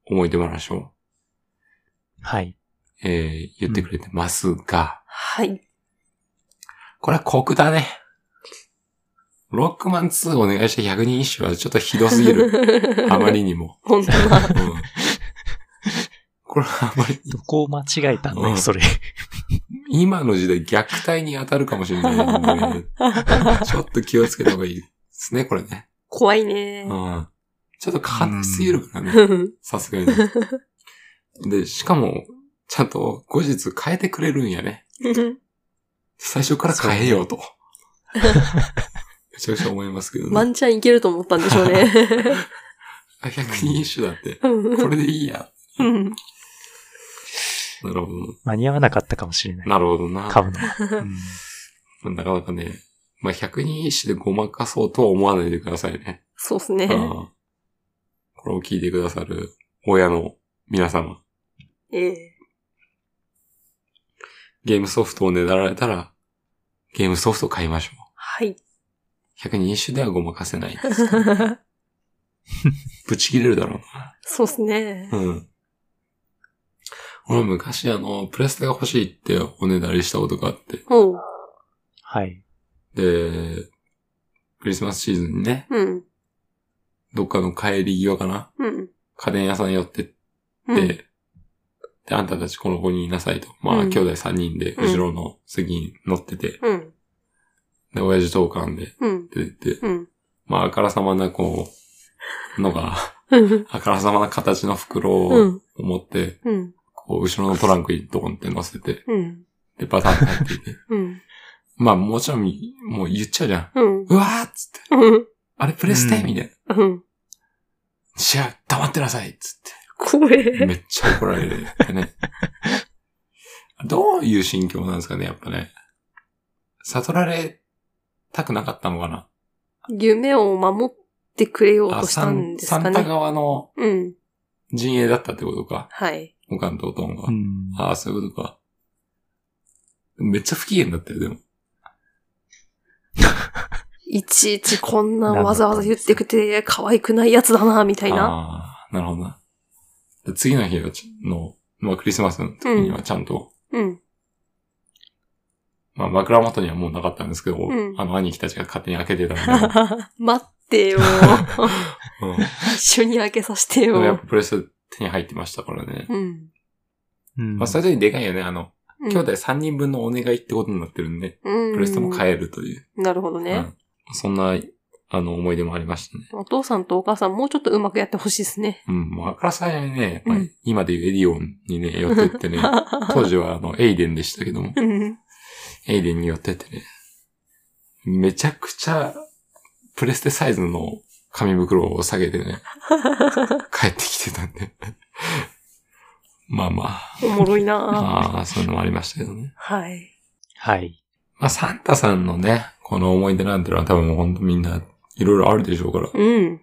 A: 思い出話を、
C: はい。
A: えー、言ってくれてますが、
B: はい。
A: これは酷だね。ロックマン2お願いして100人一首はちょっとひどすぎ る。あま。りにも。
B: 本当だ。
A: うんこれはあまり、
C: どこを間違えたんだ
A: う
C: よ、
A: ん
C: それ。
A: 今の時代虐待に当たるかもしれないん で、ちょっと気をつけた方がいいですね、これね。
B: 怖いうね。
A: ん。ちょっと悲しすぎるからね、さすがに。 で、しかも、ちゃんと後日変えてくれるんやね。最初から変えようと。めちゃくちゃ思いますけど
B: ワ
A: ね。
B: ンチャンいけると思ったんでしょうね。
A: あ100人一首だって、こ
B: う
A: れでいいや。
B: ん
A: なるほど。
C: 間に合わなかったかもしれない。
A: なるほどな。
C: 買うのは。うん
A: なかなかね、まあ、100人一首でごまかそうとは思わないでくださいね。
B: そうですね。
A: うんこれを聞いてくださる親の皆様、
B: ええ。
A: ゲームソフトをねだられたら、ゲームソフトを買いましょ
B: はい。
A: う。100人一首ではごまかせ ない。ぶち切れるだろ
B: そうですね
A: う。な。うん。俺昔あの、プレステが欲しいっておねだりしたことがあって。
B: おう。
C: はい。
A: で、クリスマスシーズンにね、
B: うん。
A: どっかの帰り際かな
B: うん。
A: 家電屋さん寄ってって、
B: うん。
A: で、あんたたちこの子にいなさいと。まあ、
B: うん
A: 兄弟3人で後ろの席に乗ってて、
B: うん。
A: で、親父同感で、
B: うん。
A: って言って、
B: うん。
A: まあ、あからさまな、こう、のが、
B: うん。
A: あからさまな形の袋
B: う
A: を
B: ん。
A: 持って、
B: うん。
A: こう、後ろのトランクにドンって乗せて、
B: うん。
A: で、バタンって入っていて。
B: うん。
A: まあ、もちろん、もう言っちゃうじゃん。
B: うん。
A: うわーっつって、
B: うん。
A: あれプレステ
C: うん
A: みたいな。
B: うん。
A: じゃあ、黙ってなさいっつ
B: 怖
A: って。
B: え。
A: めっちゃ怒られる。でね。 どういう心境なんですかね、やっぱね。悟られたくなかったのかな。
B: 夢を守ってくれよう
A: あ、
B: としたんです
A: サン
B: か
A: サンタ
B: ね。
A: 側の
B: うん。
A: 陣営だったってことか。
B: はい。
A: おかんとおとんが。
C: うん
A: ああ、そういうことか。めっちゃ不機嫌だったよ、でも。
B: いちいちこんなわざわざ言ってくて、可愛くないやつだな、みたいな。
A: ああ、なるほどな。で次の日はちの、まあ、クリスマスの時にはちゃんと、
B: うん。
A: まあ、枕元にはもうなかったんですけど、
B: ん
A: あの、兄貴たちが勝手に開けてたんで、
B: 待っ てよ。
A: うん、
B: 一緒に開けさせて
A: でもやっ
B: よ
A: ぱ。プレス手に入ってましたからね。
B: うん。
C: うん
A: まあ、そういう時でかいよね、あの、
B: うん
A: 兄弟3人分のお願いってことになってるんで、プレステも
B: え。
A: 買えるという。
B: なるほど
A: う
B: ね。
A: んそんな、あの、思い出もありましたね。
B: お父さんとお母さんもうちょっとうまくやってほしいですね。
A: うん、もう、あからさまにね、まあ
B: うん
A: 今でいうエディオンにね、寄ってってね、当時はあの、エイデンでしたけども、
B: うん。
A: エイデンに寄ってってね、めちゃくちゃ、プレステサイズの紙袋を下げて ね、帰ってきてたんで。 まあまあ、
B: おもろいな
A: まあ、そういうのもありましたけどね。
B: はい。
C: はい。
A: まあ、サンタさんのね、この思い出なんてのは多分ほんとみんな、いろいろあるでしょうから、
B: うん。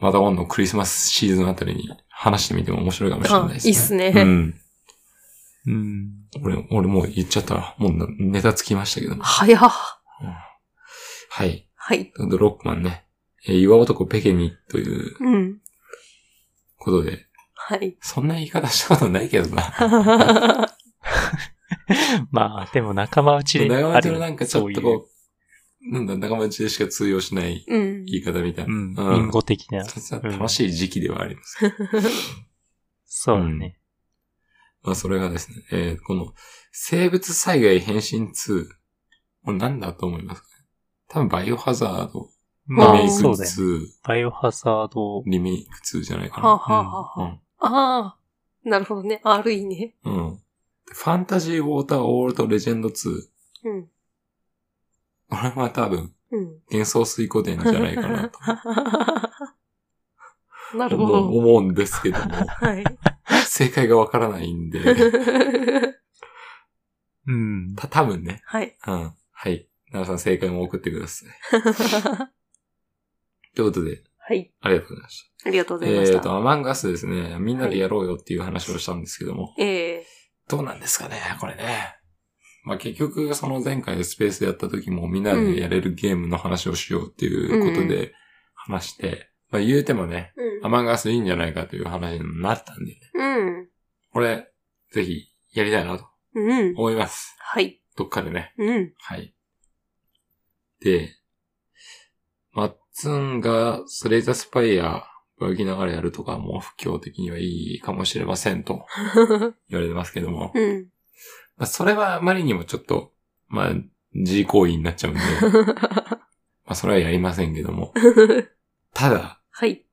A: また今度クリスマスシーズンあたりに話してみても面白いかもしれない
B: あ
A: で、す
B: いい
A: ね。
B: っすね。
A: うん。
C: うん。
A: 俺、俺もう言っちゃったら、もうなネタつきましたけども。
B: 早っ。
A: はい。
B: はい。
A: ドロックマンね。えー岩男ペケニという
B: うん。
A: ことで、
B: はい。
A: そんな言い方したことないけどな。
C: まあ、でも仲間内であ
A: 長町
C: る。
A: のなんかちょっと
C: そういう
A: こう、なんだ、長町でしか通用しない
B: うん。
A: 言い方みたいな。
C: うん。ビンゴ的な。
A: ちょっと楽しい時期ではあります。
C: そうだね。
A: まあ、それがですね、えーこの、生物災害変身2、これなんだと思いますかね多分、バイオハザード、
B: ん
C: ま
A: リメ
C: あ、
A: イク
C: そうだよね。
A: 2、
C: バイオハザード。
A: リメイク2じゃないか
B: はあ、は
A: な。
B: あはあはあ、あーなるほどね。R いいね。
A: うん。うん。ファンタジーウォーターオールドレジェンド2、
B: うん。
A: これは多分、
B: うん。
A: 幻想水湖伝じゃないかなと
B: なるほ
A: 思う
B: ど。
A: 思うんですけど も、
B: はい。
A: 正解がわからないんで、
C: うん。
A: た多分ね。
B: はい。
A: うん。はい。奈良さん正解も送ってください。 ということで、
B: はい。
A: ありがとうございました。
B: ありがとうございま
A: え
B: し
A: ー、と、
B: た。
A: アマンガスですね、みんなでやろうよっていう話をしたんですけども、
B: ええ
A: どうなんですかね、これね。まあ、結局、その前回スペースでやった時もみんなでやれるゲームの話をしようっていうことで話して、まあ、言うてもね、アマンガスいいんじゃないかという話になったんで、ね、
B: うん。
A: これ、ぜひやりたいなと
B: うん。うん。
A: 思います。
B: はい。
A: どっかでね。
B: うん。
A: はい。で、マッツンがスレイザースパイア泳ぎながらやるとかも不況的にはいいかもしれませんと言われてますけども、
B: うん。
A: まあ、それはあまりにもちょっと、まあ、自行為になっちゃうんで、まあ、それはやりませんけども、ただ、
B: はい。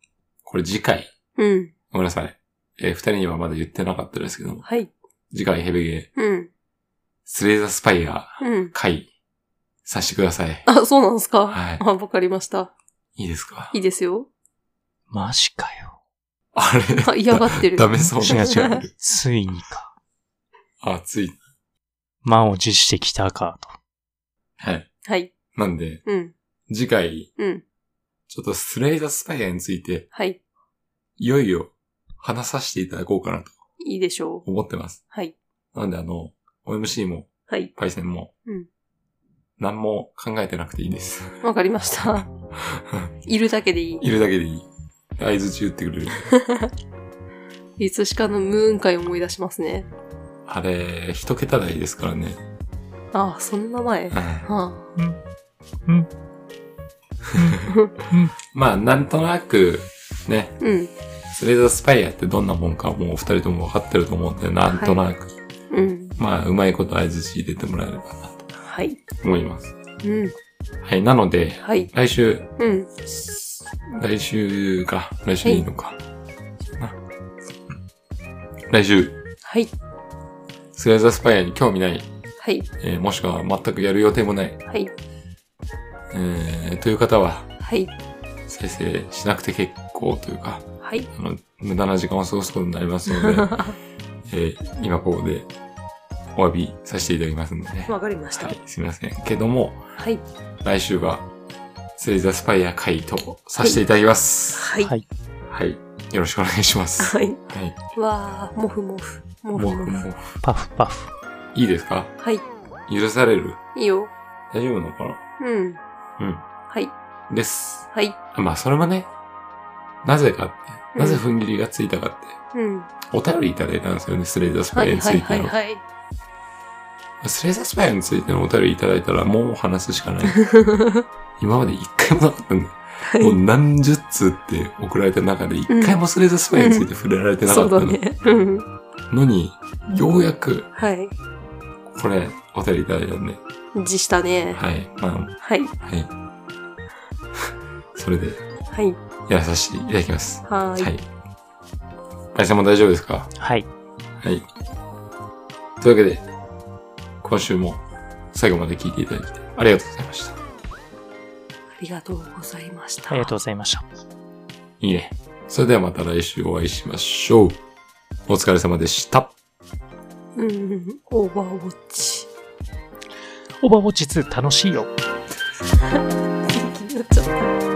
A: これ次回、
B: うん。
A: ごめんなさい。えー二人にはまだ言ってなかったですけども、
B: はい。
A: 次回ヘビゲー、
B: うん。
A: スレイザースパイア
B: うん。
A: 回、させてください。
B: あ、そうなんですか
A: はい
B: あ、わかりました。
A: いいですか
B: いいですよ。
C: マジかよ。
A: あれ
B: あ、嫌がってる。
A: ダメそう
C: 違う
A: な
C: 違う。ついにか。
A: あ、つい。
C: 満を持してきたかと。
A: はい。
B: はい。
A: なんで、
B: うん。
A: 次回、
B: うん。
A: ちょっとスレイザースパイアについて、
B: はい。
A: いよいよ話させていただこうかなと
B: いいでしょう。
A: 思ってます。
B: はい。
A: なんであの、OMC も、
B: はい。
A: パイセンも、
B: うん
A: 何も考えてなくていいです。
B: わかり ました。いるだけでいい。
A: いるだけでいい。合図中打ってくれる。
B: いつしかのムーン会思い出しますね。
A: あれ、一桁台ですからね。
B: あ、そんな前。はあ。
A: まあ、なんとなく、ね、
B: うん。
A: スレイザースパイアってどんなもんかもう二人とも分かってると思うんで、なんとなく、
B: うん。
A: まあ、うまいこと合図し入れてもらえればなと
B: はい。
A: 思います。
B: うん。
A: はい、なので、
B: はい。
A: 来週、
B: うん。
A: 来週か、来週でいいのか。な来週、
B: はい。
A: スレイザースパイアに興味ない、
B: はい。
A: えーもしくは全くやる予定もない、
B: はい。
A: えーという方は、
B: はい。
A: 再生しなくて結構というか、
B: はい。
A: あの、無駄な時間を過ごすことになります ので、えー今ここでお詫びさせていただきますので、ね、
B: わかりました
A: は。い、すみません。けども、
B: はい。
A: 来週は、スレイザースパイア回とさせていただきます。
B: はい。
C: はい。
A: はい。よろしくお願いします。
B: はい。
A: はい。
B: わあ、もふもふ。もふ
A: もう、
B: もふ。
A: もう、
C: パフパフ。
A: いいですか
B: はい。
A: 許される
B: いいよ。
A: 大丈夫なのか
B: うん。
A: な
B: はい。
A: うん。です。
B: はい。
A: まあ、それもね、なぜかって、なぜ踏ん切りがついたかって、
B: うん。
A: お便りいただいたんですよね、スレイザースパ
B: は
A: イア
B: い。
A: につ
B: はいい。
A: て
B: はい。
A: の。
B: はい。
A: スレイザースパイアについてのお便りいただいたら、もう話すしか ない。今まで一回もなかったんだよ。もう何十通って送られた中で、一回もスレイザースパイアについて触れられてな
B: そ
A: か
B: う
A: った
B: だ
A: の,、
B: ね。うん。
A: のに、ようやく、
B: はい。
A: これ、お便りいただいたんで、
B: 字したね。
A: はい。ま
B: はい。
A: あ、はい。 それで、
B: はい。
A: やらさせていただきます。
B: は。
A: はいい。パイセンも大丈夫ですか
C: はい。
A: はい。というわけで、今週も最後まで聞いていただき、ありがとうございました。
B: ありがとうございました。
C: ありがとうございました。
A: いいね。それではまた来週お会いしましょう。お疲れ様でした。
B: うんうん。オーバーウォッチ。
C: オーバーウォッチ2楽しいよ。
B: 元気になっちゃった。